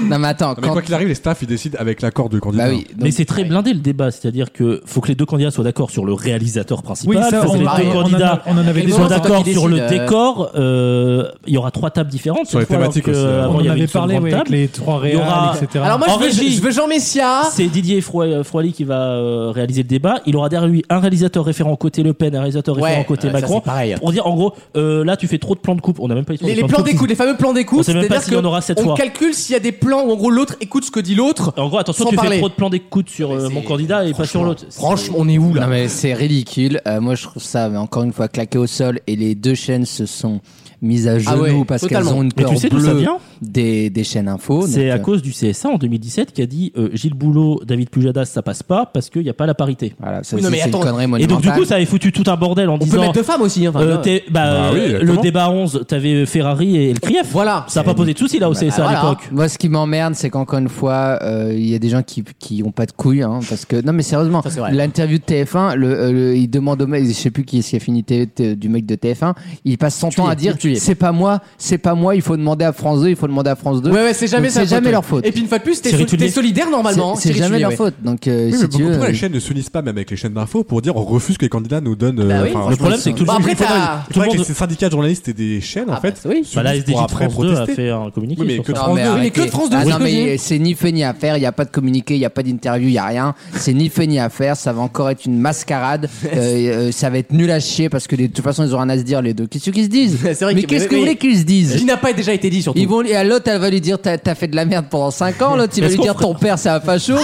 S5: non, mais attends.
S3: Non, Ah, Mais
S5: quand-
S3: quoi qu'il arrive, les staffs, ils décident avec l'accord du candidat.
S5: Bah oui.
S4: Mais c'est très blindé le débat, c'est-à-dire que faut que les deux candidats soient d'accord sur le réalisateur principal,
S2: Oui, ça,
S4: faut que
S2: on,
S4: les
S2: on-
S4: deux
S2: on en a-
S4: candidats
S2: on en avait
S1: Et
S2: déjà
S1: bon,
S4: soient
S1: c'est toi
S4: d'accord
S1: qui
S4: sur le
S1: décides, euh.
S4: décor. euh, Il y aura trois tables différentes.
S3: Sur les
S4: cette fois, alors
S3: thématiques
S4: que,
S3: aussi, euh,
S4: avant,
S2: on
S4: il y
S2: en
S4: avait
S2: avait
S4: une seule
S2: parlé
S4: grande
S2: oui, avec
S4: table.
S2: les trois
S4: Il y
S2: réels,
S4: aura-
S2: etc.
S1: Alors moi,
S4: Ah. En
S1: je veux,
S4: régie.
S1: je veux Jean Messia.
S4: C'est Didier Froy- Froilly qui va euh, réaliser le débat. Il aura derrière lui un réalisateur référent côté Le Pen, un réalisateur
S1: Ouais,
S4: référent côté
S1: ouais, ça,
S4: Macron.
S1: c'est pareil.
S4: Pour dire en gros, euh, là tu fais trop de plans de coupe. On n'a même pas eu
S1: Les, les plans d'écoute, les fameux plans d'écoute,
S4: On sait même pas
S1: c'est-à-dire
S4: s'il y en aura cette
S1: on
S4: fois.
S1: calcule s'il y a des plans où en gros l'autre écoute ce que dit l'autre.
S4: En gros, attention,
S1: Sans
S4: tu
S1: parler.
S4: fais trop de plans d'écoute sur euh,
S1: Mais
S4: mon
S1: c'est-
S4: candidat et pas sur l'autre.
S1: Franchement, on est où là
S5: Non mais c'est ridicule. Euh, moi je trouve ça, mais encore une fois, claqué au sol. Et les deux chaînes se sont mises à genoux
S1: Ah ouais,
S5: parce qu'elles
S1: totalement.
S5: ont une
S4: Mais
S5: peur
S4: tu sais d'où ça
S5: bleue
S4: vient
S5: des, des chaînes info.
S4: C'est
S5: Donc,
S4: à
S5: euh,
S4: cause du CSA en 2017 qui a dit euh, Gilles Boulot, David Pujadas, ça passe pas parce qu'il n'y a pas la parité.
S5: Voilà, ça
S1: Oui, non,
S5: aussi,
S1: mais
S5: c'est une
S1: attends.
S5: connerie
S4: Et donc
S5: monumentale.
S4: du coup, ça avait foutu tout un bordel en
S1: On peut
S4: disant
S1: mettre deux femmes aussi. hein, enfin,
S4: euh,
S1: là.
S4: t'es-
S3: Bah
S4: bah,
S3: oui,
S4: euh, le
S3: exactement.
S4: débat à 11, t'avais Ferrari et le Krief.
S1: Voilà. Bah,
S4: Ça n'a pas posé de soucis là au CSA
S1: voilà.
S4: à l'époque.
S5: Moi, ce qui m'emmerde, c'est qu'encore une fois, euh, il y a des gens qui qui ont pas de couilles, hein, parce que non, mais sérieusement,
S1: Ça, c'est vrai.
S5: l'interview de TF1, le, euh, le- il demande au mec, je sais plus qui est-ce qui a fini T- T- du mec de TF1, il passe son
S1: Tu
S5: temps
S1: y es,
S5: à dire,
S1: tu y es.
S5: c'est pas moi, c'est pas moi, il faut demander à France 2, il faut demander à France 2.
S1: Ouais, ouais, c'est jamais
S5: Donc,
S1: sa
S5: c'est
S1: faute,
S5: jamais
S1: ouais.
S5: leur faute.
S1: Et puis une fois de plus, t'es
S4: Thierry
S1: soli- t'es
S4: Tulier.
S1: solidaire normalement.
S5: C'est- C'est
S1: Thierry
S5: jamais
S1: Tulier,
S5: leur
S1: ouais.
S5: faute. Donc, euh,
S3: Oui,
S5: si tu
S3: mais beaucoup-
S5: veux,
S3: pourquoi
S5: euh,
S3: les chaînes ne s'unissent pas, même avec les chaînes d'info, pour dire on refuse que les candidats nous donnent.
S1: Bah
S3: euh,
S1: oui.
S3: enfin,
S4: Le
S3: je
S4: problème,
S3: pense-
S4: c'est que tout le
S1: Bah
S4: monde.
S1: après, t'as-
S3: Il faudrait
S4: tout le
S3: que
S4: monde-
S3: ces syndicats de journalistes et des chaînes, en
S1: Ah, bah,
S3: fait,
S1: oui.
S4: Bah là, SDJ
S3: pour après
S4: France 2 a
S3: protester.
S4: fait un communiqué.
S3: Oui, mais
S4: sur
S3: que
S4: ça.
S3: France 2, mais
S5: arrêtez.
S3: que de France 2,
S5: Ah
S3: vous
S5: non, mais
S3: voyez.
S5: c'est ni fait ni à faire. Il n'y a pas de communiqué, il n'y a pas d'interview, il n'y a rien. C'est ni fait ni à faire. Ça va encore être une *laughs* mascarade. Euh, euh, ça va être nul à chier parce que de toute façon, ils auront rien à se dire les deux. Qu'est-ce qu'ils se disent
S1: C'est vrai
S5: Mais
S1: que-
S5: qu'est-ce que
S1: mais-
S5: vous voulez qu'ils se disent
S1: Qui n'a pas déjà été dit surtout.
S5: ils vont, et à l'autre, elle va lui dire T'as t'as fait de la merde pendant 5 ans. L'autre, il va
S4: Est-ce
S5: lui
S4: qu'on
S5: dire Ton père, c'est un facho.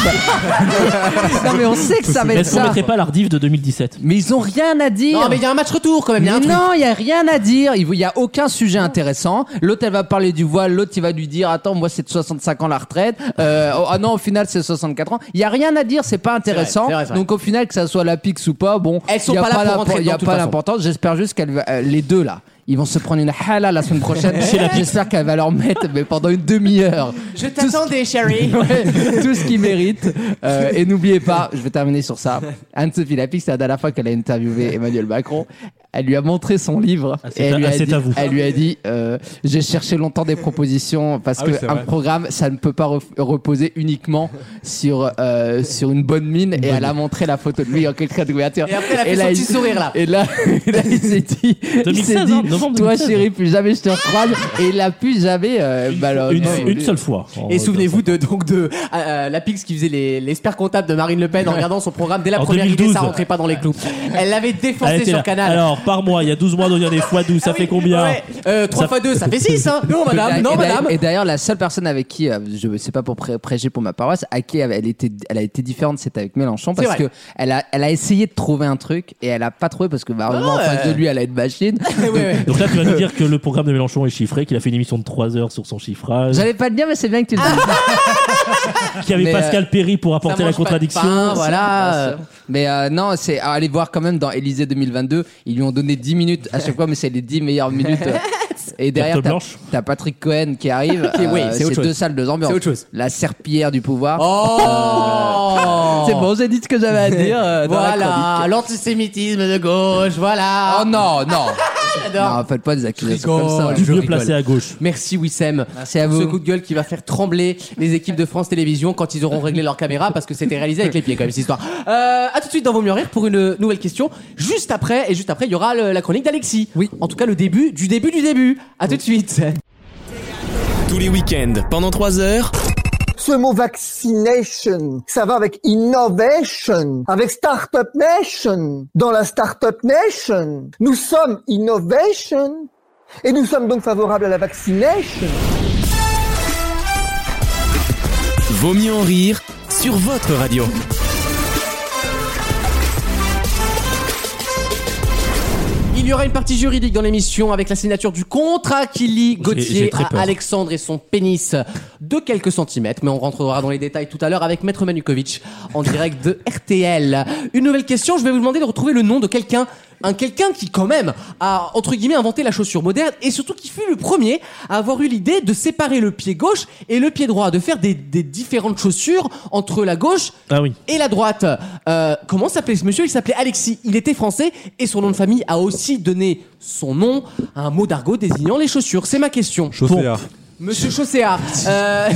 S5: Bah- non, mais on sait que ça va être
S4: Est-ce qu'on
S5: ça.
S4: mettrait pas l'ardive de 2017
S5: Mais ils ont rien à dire.
S1: Non, mais il y a un match retour quand même. il y a un
S5: Mais
S1: *laughs* truc.
S5: non, il y a rien à dire. Il n'y a aucun sujet intéressant. L'autre, elle va parler du voile. L'autre, il va lui dire Attends, moi, c'est de 65 ans la retraite. Euh, oh, ah non, au final, c'est 64 ans. Il y a rien à dire. C'est pas intéressant.
S1: C'est vrai, c'est vrai, c'est vrai.
S5: Donc, au final, que ça soit la Pix ou pas, bon,
S1: Elles sont
S5: il y a
S1: pas là pour
S5: l'impo-
S1: rentrer
S5: Il y
S1: dedans,
S5: a
S1: de
S5: pas
S1: toute
S5: l'importance. J'espère juste qu'elle va- euh, les deux là. Ils vont se prendre une hala la
S1: *laughs*
S5: semaine prochaine. J'espère qu'elle va leur mettre, mais pendant une demi-heure.
S1: Je t'attendais, *laughs* chérie.
S5: *laughs* Ouais, tout ce qu'ils méritent.
S1: *laughs*
S5: Euh, et n'oubliez pas, je vais terminer sur ça. Anne-Sophie Lapix, c'est la dernière fois qu'elle a interviewé Emmanuel Macron. Elle lui a montré son livre.
S4: Ah, c'est
S5: et elle
S4: à-
S5: lui
S4: ah,
S5: a
S4: c'est
S5: dit,
S4: à vous.
S5: Elle lui a dit euh, J'ai cherché longtemps des propositions parce
S3: Ah oui,
S5: que
S3: c'est
S5: un
S3: vrai.
S5: programme, ça ne peut pas ref- reposer uniquement sur, euh, sur une bonne mine. et elle a montré la photo de lui en quelqu'un d'ouverture.
S1: Et après, elle a fait
S5: là,
S1: son
S5: il-
S1: petit sourire là.
S5: et là, *laughs* et là, il s'est dit, il
S4: 2016,
S5: s'est dit
S4: hein, novembre
S5: Toi,
S4: 2016.
S5: chérie, plus jamais je te recroise. Et il a plus jamais. euh, bah, là,
S4: une,
S5: non,
S4: une seule fois. Oh,
S1: Et souvenez-vous de donc de euh, la Pix qui faisait les- l'expert comptable de Marine Le Pen en regardant son programme dès la
S4: En
S1: première idée
S4: 2012.
S1: ça rentrait pas dans les
S4: *laughs*
S1: clous. Elle l'avait
S4: Elle
S1: défoncé
S4: était
S1: sur
S4: là.
S1: Canal.
S4: Alors, par mois, il y a 12 mois, donc il y en a des fois 12, ça
S1: Ah
S4: fait
S1: oui,
S4: combien
S1: ouais. Euh, 3
S4: Ça-
S1: fois 2 ça
S4: *laughs*
S1: fait 6 hein. Non madame,
S5: Et
S1: non
S5: d'ailleurs-
S1: madame.
S5: Et d'ailleurs, la seule personne avec qui, euh, je sais pas pour pré- prêcher pour ma paroisse, à qui elle, elle était, elle a été différente, c'était avec Mélenchon
S1: C'est
S5: parce
S1: vrai.
S5: que elle a, elle a essayé de trouver un truc et elle a pas trouvé parce que bah, vraiment, en
S1: ouais.
S5: face de lui, elle a
S1: *laughs*
S5: une machine.
S1: Ouais, ouais.
S4: Donc là, tu vas nous dire
S1: *laughs*
S4: que le programme de Mélenchon est chiffré, qu'il a fait une émission de 3 heures sur son chiffrage,
S5: J'allais pas le dire, mais c'est bien que tu le
S1: Ah,
S5: dises.
S4: qu'il y avait
S5: Mais,
S4: Pascal Perry pour
S1: euh, Ça
S4: apporter la
S1: mange pas de
S4: contradiction.
S1: pain, voilà.
S5: Bien sûr. Hein, Mais euh, non, c'est alors, allez voir quand même dans Élysée 2022. Ils lui ont donné 10 minutes à chaque fois, mais c'est les 10
S1: *laughs*
S5: meilleures minutes. euh. Et derrière,
S4: Carte
S5: t'as
S4: blanche.
S5: t'as Patrick Cohen qui arrive.
S1: *laughs* Qui- oui,
S5: euh,
S1: c'est autre
S5: deux
S1: chose.
S5: salles, deux ambiances.
S1: C'est autre chose.
S5: La serpillière du pouvoir.
S1: Oh
S5: C'est bon, j'ai dit ce
S1: *laughs*
S5: que j'avais à dire. euh, dans la chronique.
S1: Voilà, l'antisémitisme de gauche, voilà.
S5: Oh non, non.
S1: Ah. *laughs* J'adore.
S5: Non, faites pas des accusations
S1: rigole.
S5: comme ça. hein.
S4: Du
S1: Je
S4: mieux
S1: rigole.
S4: placé à gauche.
S1: Merci Wissem.
S5: Merci à
S1: Pour Ah, Ce
S5: vous.
S1: coup de gueule qui va faire trembler les équipes de France Télévisions quand ils auront réglé leur caméra parce que c'était réalisé avec les pieds quand même cette histoire. Euh, à tout de suite dans Vos mieux en rire pour une nouvelle question juste après et juste après il y aura le- la chronique d'Alexis.
S5: Oui.
S1: En tout cas le début du début du début. À tout de suite.
S7: *laughs* Tous les week-ends, pendant 3 heures,
S8: Ce mot vaccination, ça va avec innovation, avec startup nation. Dans la startup nation, nous sommes innovation et nous sommes donc favorables à la vaccination.
S7: Vaut mieux en rire sur votre radio.
S1: Il y aura une partie juridique dans l'émission avec la signature du contrat qui lie
S4: j'ai
S1: Gauthier
S4: très
S1: à
S4: peur.
S1: Alexandre et son pénis de quelques centimètres, mais on rentrera dans les détails tout à l'heure avec Maître Manukovic en direct de RTL. Une nouvelle question, je vais vous demander de retrouver le nom de quelqu'un, un quelqu'un qui quand même a entre guillemets inventé la chaussure moderne et surtout qui fut le premier à avoir eu l'idée de séparer le pied gauche et le pied droit, de faire des, des différentes chaussures entre la gauche
S4: Ah oui.
S1: et la droite. Euh, comment s'appelait ce monsieur Il s'appelait Alexis. Il était français et son nom de famille a aussi donné son nom à un mot d'argot désignant les chaussures. C'est ma question.
S3: Chaussée
S1: Monsieur Chausséa. Euh,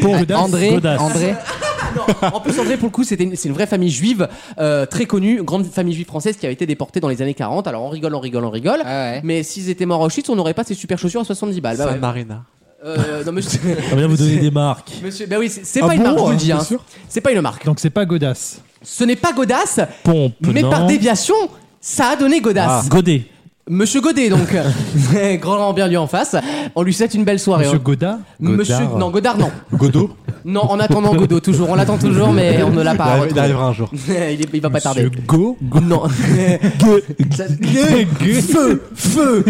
S2: Pour Godas,
S5: *laughs* André,
S4: Godas.
S5: André,
S1: *laughs* non, en plus, André, pour le coup, c'était une- c'est une vraie famille juive, euh, très connue, grande famille juive française qui avait été déportée dans les années 40. Alors on rigole, on rigole, on rigole.
S5: Ah ouais.
S1: Mais s'ils étaient morts à Auschwitz, on n'aurait pas ces super chaussures à 70 balles. Bah ouais.
S3: Marina.
S1: Euh, non, monsieur,
S4: On va Ah, vous donner des marques.
S1: monsieur- bah oui, c'est c'est
S2: Ah
S1: pas une
S2: bon,
S1: marque, je vous le
S2: hein,
S1: dis. hein. C'est pas une marque.
S2: Donc c'est pas Godas.
S1: Ce n'est pas Godas,
S4: Pompe.
S1: mais
S4: non.
S1: par déviation, ça a donné Godas.
S4: Ah, Godet.
S1: Monsieur Godet, donc, *laughs* grand bien lui en face. On lui souhaite une belle soirée.
S2: Monsieur
S1: hein.
S2: Godas.
S1: Monsieur- non, Godard, non.
S3: Godot
S1: Non, en attendant Godot, toujours. On l'attend toujours, mais on ne l'a pas.
S3: Il arrive- Il
S1: retrouvé.
S3: arrivera un jour.
S1: *laughs* il, est- il va pas tarder.
S2: Monsieur Go.
S1: Non. Ça- feu, feu.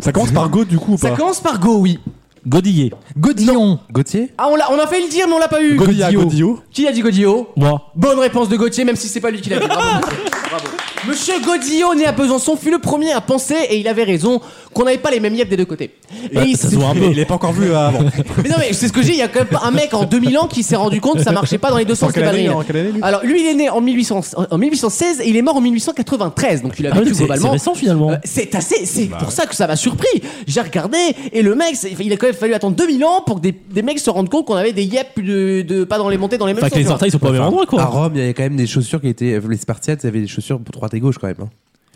S3: Ça commence par Go du coup ou
S1: Ça
S3: pas
S1: commence par Go, oui.
S4: Godillet.
S2: Godillon.
S6: Gauthier
S1: Ah, on l'a- on a failli le dire, mais on l'a pas eu.
S3: Godia,
S2: Godillot.
S3: Godillot
S1: Qui a dit Godillot
S4: Moi.
S1: Bonne réponse de Gauthier, même si c'est pas lui qui l'a dit. Bravo, Gauthier. Bravo. Monsieur Godillot, né à Besançon, fut le premier à penser, et il avait raison, qu'on n'avait pas les mêmes yeux des deux côtés. Et il
S4: Ça
S1: s'est-
S4: se voit un peu.
S3: Il est pas encore vu
S1: *laughs*
S3: avant.
S1: Mais non, mais c'est ce que j'ai, il y a quand même pas un mec en 2000 ans qui s'est rendu compte que ça marchait pas dans les deux sens,
S3: En quelle
S1: les
S3: année,
S1: quadrilles.
S3: en quelle année, lui
S1: Alors, lui, il est né en, 1800 en 1816 et il est mort en 1893, donc il a
S4: Ah ouais,
S1: vécu
S4: c'est c'est
S1: globalement.
S4: récent finalement.
S1: Euh, c'est assez, c'est
S6: Bah.
S1: pour ça que ça m'a surpris. J'ai regardé et le mec, c'est- il a quand même fallu attendre 2000 ans pour que des, des mecs se rendent compte qu'on avait des yep de, de- pas dans les montées, dans les mêmes
S4: Enfin, que les
S1: sens.
S4: orteils sont pas au même endroit
S6: À
S4: quoi.
S6: Rome, il y avait quand même des chaussures qui étaient. Les Spartiates, ils avaient des chaussures pour droite et gauche quand même. hein.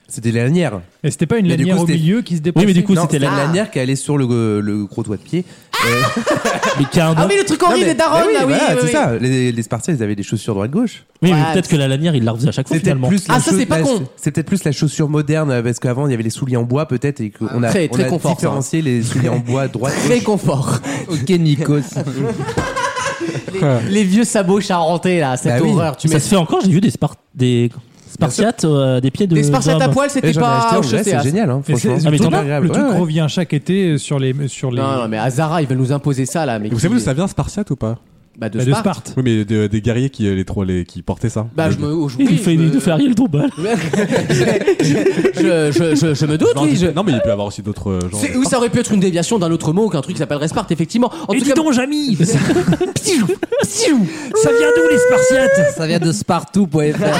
S6: C'était les lanières.
S2: Et c'était pas une
S6: Mais du
S2: lanière
S6: coup,
S2: au
S6: c'était-
S2: milieu qui se déplaçait.
S4: Oui, mais du coup,
S6: Non,
S4: c'était
S6: c'était la
S4: la.
S6: lanière qui allait sur le, le gros toit de pied. Euh,
S4: Mais qui a un nom.
S1: Ah oui, le truc
S6: non,
S1: horrible
S6: mais-
S1: des darons,
S6: mais oui,
S1: ah oui,
S6: voilà,
S1: oui,
S6: c'est
S1: oui.
S6: ça. Les, les Spartiates, ils avaient des chaussures droite-gauche.
S4: Oui, mais
S1: Ouais,
S4: peut-être que la lanière, il la refaisait à chaque fois
S6: C'est peut-être
S4: finalement.
S6: plus la
S1: Ah, ça,
S6: chauss-
S1: c'est pas
S6: la-
S1: con.
S6: C'est peut-être plus la chaussure moderne euh, parce qu'avant il y avait les souliers en bois peut-être et qu'on a,
S1: Très,
S6: on
S1: très
S6: a
S1: confort, ça. hein.
S6: différencié les souliers en
S1: *laughs*
S6: bois droite.
S1: Très confort.
S5: Ok, Nikos.
S1: Les vieux sabots charentais là, cette
S6: Bah oui.
S1: horreur. Tu
S4: Ça
S1: mets
S4: se fait encore, j'ai vu des, Spar- des Spartiates, euh, des pieds de.
S1: des spartiates à
S4: d'hommes.
S1: poil, c'était
S6: Et j'en ai acheté
S1: pas
S6: un,
S1: au
S6: ouais,
S1: chaussée.
S6: c'est génial, hein,
S2: Et c'est-
S6: franchement.
S4: Ah, mais
S2: le
S4: t'en
S2: truc,
S4: as
S2: le truc revient chaque été sur les sur les
S1: Non, non, mais à Zara, ils veulent nous imposer ça là. Mais
S3: Vous savez d'où ça vient, Spartiate ou pas
S1: Bah, de
S2: bah, de
S1: Sparte.
S2: Sparte.
S3: Oui, mais de- des guerriers qui, euh, les trois, les, qui portaient ça.
S1: Bah, je me. oh, je-
S4: Il nous
S1: oui,
S4: fait,
S1: je
S4: il
S1: me-
S4: nous fait Ariel Dombal.
S1: je, je, je, je me doute,
S3: Non,
S1: oui.
S3: dis-
S1: Je...
S3: Non, mais il peut y avoir aussi d'autres euh, genres.
S1: C'est- Oui, ça aurait pu être une déviation d'un autre mot qu'un truc qui s'appellerait Sparte, effectivement. En tout cas, *laughs*
S4: Jamy Ça vient d'où les Spartiates
S5: Ça vient de spartou.fr.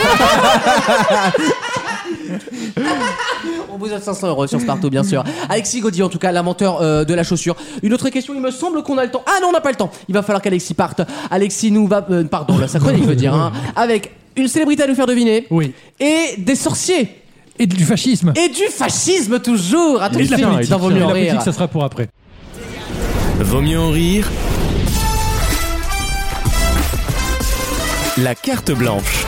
S1: on vous offre 500 euros sur Sparto, bien sûr. Alexis Gaudy, en tout cas, l'inventeur euh, de la chaussure. Une autre question, il me semble qu'on a le temps. Ah non, on n'a pas le temps. Il va falloir qu'Alexis parte. Alexis nous va. euh, pardon, la sa chronique, je veux dire. hein, avec une célébrité à nous faire deviner.
S2: Oui.
S1: Et des sorciers.
S2: Et du fascisme.
S1: Et du fascisme, toujours. Attention,
S2: Et de la politique.
S1: dans Vaut
S2: Et
S1: mieux
S2: la
S1: en
S2: politique,
S1: rire.
S2: ça sera pour après.
S7: Vaut mieux en rire. La carte blanche.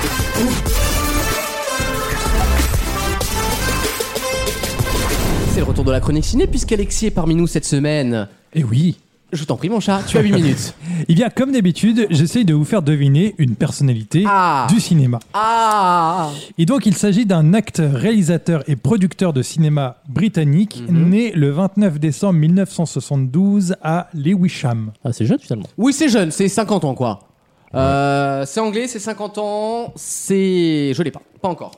S1: C'est le retour de la chronique ciné, puisqu'Alexis est parmi nous cette semaine.
S2: Et oui.
S1: Je t'en prie, mon chat, tu as
S2: *laughs*
S1: 8 minutes.
S2: Eh bien, comme d'habitude, j'essaye de vous faire deviner une personnalité
S1: Ah.
S2: du cinéma.
S1: Ah
S2: Et donc, il s'agit d'un acteur, réalisateur et producteur de cinéma britannique né le 29 décembre 1972 à Lewisham.
S4: Ah, c'est jeune finalement.
S1: Oui, c'est jeune, c'est 50 ans, quoi. Euh, c'est anglais, c'est 50 ans, c'est. Je l'ai pas, pas encore.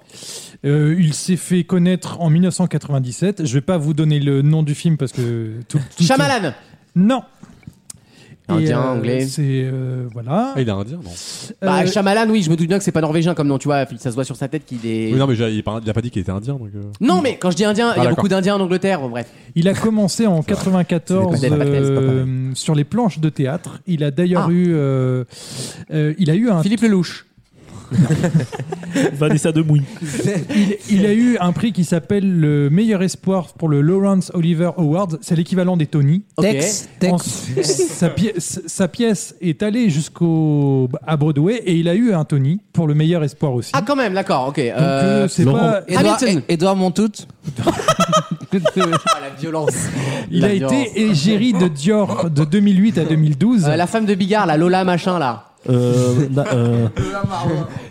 S2: Euh, il s'est fait connaître en 1997. Je vais pas vous donner le nom du film parce que tout. tout-
S1: Shyamalan
S2: Non.
S1: Indien,
S2: Et, euh,
S1: anglais.
S2: C'est euh, voilà.
S3: Ah, il est indien, non
S1: Bah,
S2: Euh,
S1: Shyamalan, oui, je me doute bien que c'est pas norvégien comme nom, tu vois, ça se voit sur sa tête qu'il est.
S3: Oui, non, mais j'ai- il a pas il a pas dit qu'il était indien, donc. euh.
S1: Non, mais quand je dis indien, il y a
S3: d'accord.
S1: beaucoup d'indiens en Angleterre, bon, bref.
S2: Il a
S1: *laughs*
S2: commencé en 94
S1: C'est des patates, c'est pas
S2: euh, sur les planches de théâtre. Il a d'ailleurs
S1: Ah.
S2: eu, euh, euh, il a eu un,
S1: Philippe Lelouch.
S4: Vanessa Demouy.
S2: il, il a eu un prix qui s'appelle le meilleur espoir pour le Lawrence Oliver Award. C'est l'équivalent des Tony.
S1: Ok.
S5: Tex, Tex.
S2: Ensuite, sa, pièce, sa pièce est allée jusqu'au à Broadway et il a eu un Tony pour le meilleur espoir aussi.
S1: Ah, quand même, d'accord, ok.
S2: Donc,
S1: euh,
S2: euh, c'est
S4: Laurent.
S2: pas-
S5: Edouard,
S1: Hamilton.
S5: Edouard Montout.
S1: ah, la *laughs* violence.
S2: il
S1: La
S2: a
S1: violence.
S2: été égérie de Dior de 2008 à 2012.
S1: Euh, la femme de Bigard, la Lola machin là.
S4: Euh, na- euh,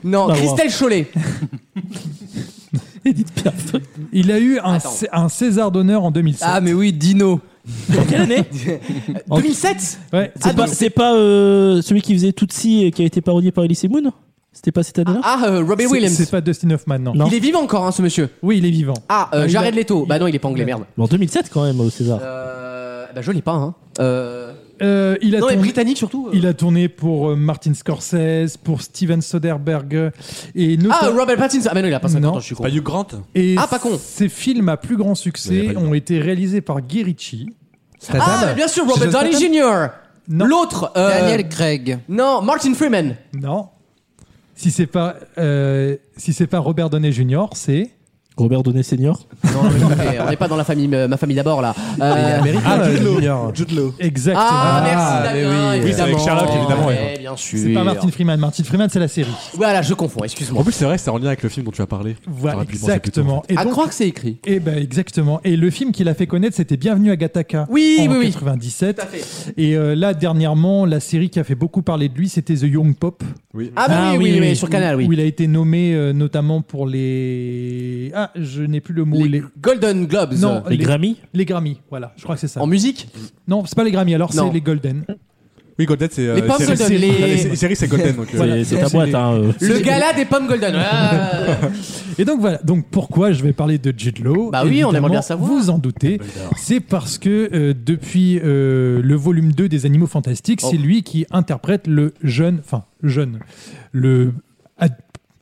S1: Non,
S4: Bah,
S1: Christelle Cholet.
S4: *laughs*
S1: *laughs*
S4: Edith Piaf.
S2: Il a eu un,
S1: Attends.
S2: Cé- un César d'honneur en 2007.
S5: Ah, mais oui, Dino.
S4: Dans
S1: *laughs*
S4: quelle année
S1: 2007
S2: Ouais.
S4: C'est pas, c'est pas, euh, celui qui faisait Tootsie et qui a été parodié par Elise Moon C'était pas cette année-là
S1: Ah, euh, Robbie
S2: C'est-
S1: Williams.
S2: C'est pas Dustin Hoffman, non.
S4: Non.
S1: Il est vivant encore, hein, ce monsieur.
S2: Oui, il est vivant.
S1: Ah,
S2: Ah,
S1: euh,
S2: il
S1: Jared
S2: a-
S1: Leto.
S2: il-
S1: Bah non, il est pas anglais, merde.
S4: Mais En 2007 quand même au César.
S1: Euh, bah je l'ai pas, hein. Euh,
S2: Euh, il, a
S1: non, mais
S2: tourné,
S1: britannique surtout. euh.
S2: il a tourné pour euh, Martin Scorsese, pour Steven Soderbergh. euh, Et, nota-
S1: Ah, Robert Pattinson. Ah, mais non, il a pas 50
S2: Non.
S1: ans, je suis con.
S3: Pas Hugh Grant
S2: et
S1: Ah, pas con.
S2: Ses films à plus grand
S3: Mais y a
S2: succès
S3: pas eu.
S2: ont été réalisés par Guy Ritchie.
S1: Ah, mais bien sûr, Robert Downey Jr.
S2: Non.
S1: L'autre. euh,
S5: Daniel Craig.
S1: Non, Martin Freeman.
S2: Non. Si c'est pas, euh, si c'est pas Robert Downey Jr., c'est.
S4: Robert Downey Senior.
S1: Non, mais non, mais on n'est pas dans la famille, euh, ma famille d'abord là. Euh,
S2: Ah, Jude Law.
S6: Junior.
S3: Jude Law.
S2: Exactement.
S1: Ah, merci
S6: mais oui.
S1: Damien,
S3: Oui, c'est
S1: évidemment.
S3: avec Sherlock, évidemment, ouais.
S1: Eh, bien sûr.
S2: C'est pas Martin Freeman. Martin Freeman, c'est la série.
S1: Voilà, je confonds,
S3: En
S1: excuse-moi.
S3: plus, c'est vrai, c'est en lien avec le film dont tu as parlé.
S2: Voilà,
S3: J'aurais pu y penser plus tôt.
S2: exactement. Et
S1: À
S2: donc,
S1: croire Ah, que c'est écrit.
S2: Eh ben exactement. Et le film qui l'a fait connaître, c'était Bienvenue à Gattaca
S1: Oui,
S2: en
S1: oui, oui.
S2: 97.
S1: Tout à fait.
S2: Et euh, là dernièrement, la série qui a fait beaucoup parler de lui, c'était The Young Pop,
S3: Oui.
S1: Ah, bah
S4: Ah,
S1: oui, oui,
S4: oui,
S1: oui,
S4: oui.
S1: sur Canal, oui.
S2: où il a été nommé euh, notamment pour les ah je n'ai plus le mot
S1: Les
S2: les
S1: Golden Globes.
S2: Non.
S4: Les
S2: Les-
S4: Grammy
S2: les Grammys. Voilà, je crois que c'est ça.
S1: En musique
S2: Non, c'est pas les Grammys. Alors
S1: Non.
S2: c'est les Golden.
S3: Oui, Golden, c'est. euh,
S1: Les pommes
S3: série-
S1: Golden,
S3: c'est-
S1: les-
S3: Ah, Les les séries, c'est Golden, donc. euh,
S1: Ah,
S4: C'est-
S2: Voilà.
S4: C'est ta boîte. Hein, euh.
S1: Le gala des pommes golden.
S2: Et donc voilà. Donc pourquoi je vais parler de Jude Law
S1: Bah oui, on
S2: Évidemment,
S1: aimerait bien savoir.
S2: Vous en doutez. C'est parce que euh, depuis euh, le volume 2 des Animaux Fantastiques, c'est
S1: Oh.
S2: lui qui interprète le jeune, enfin le jeune, le ah,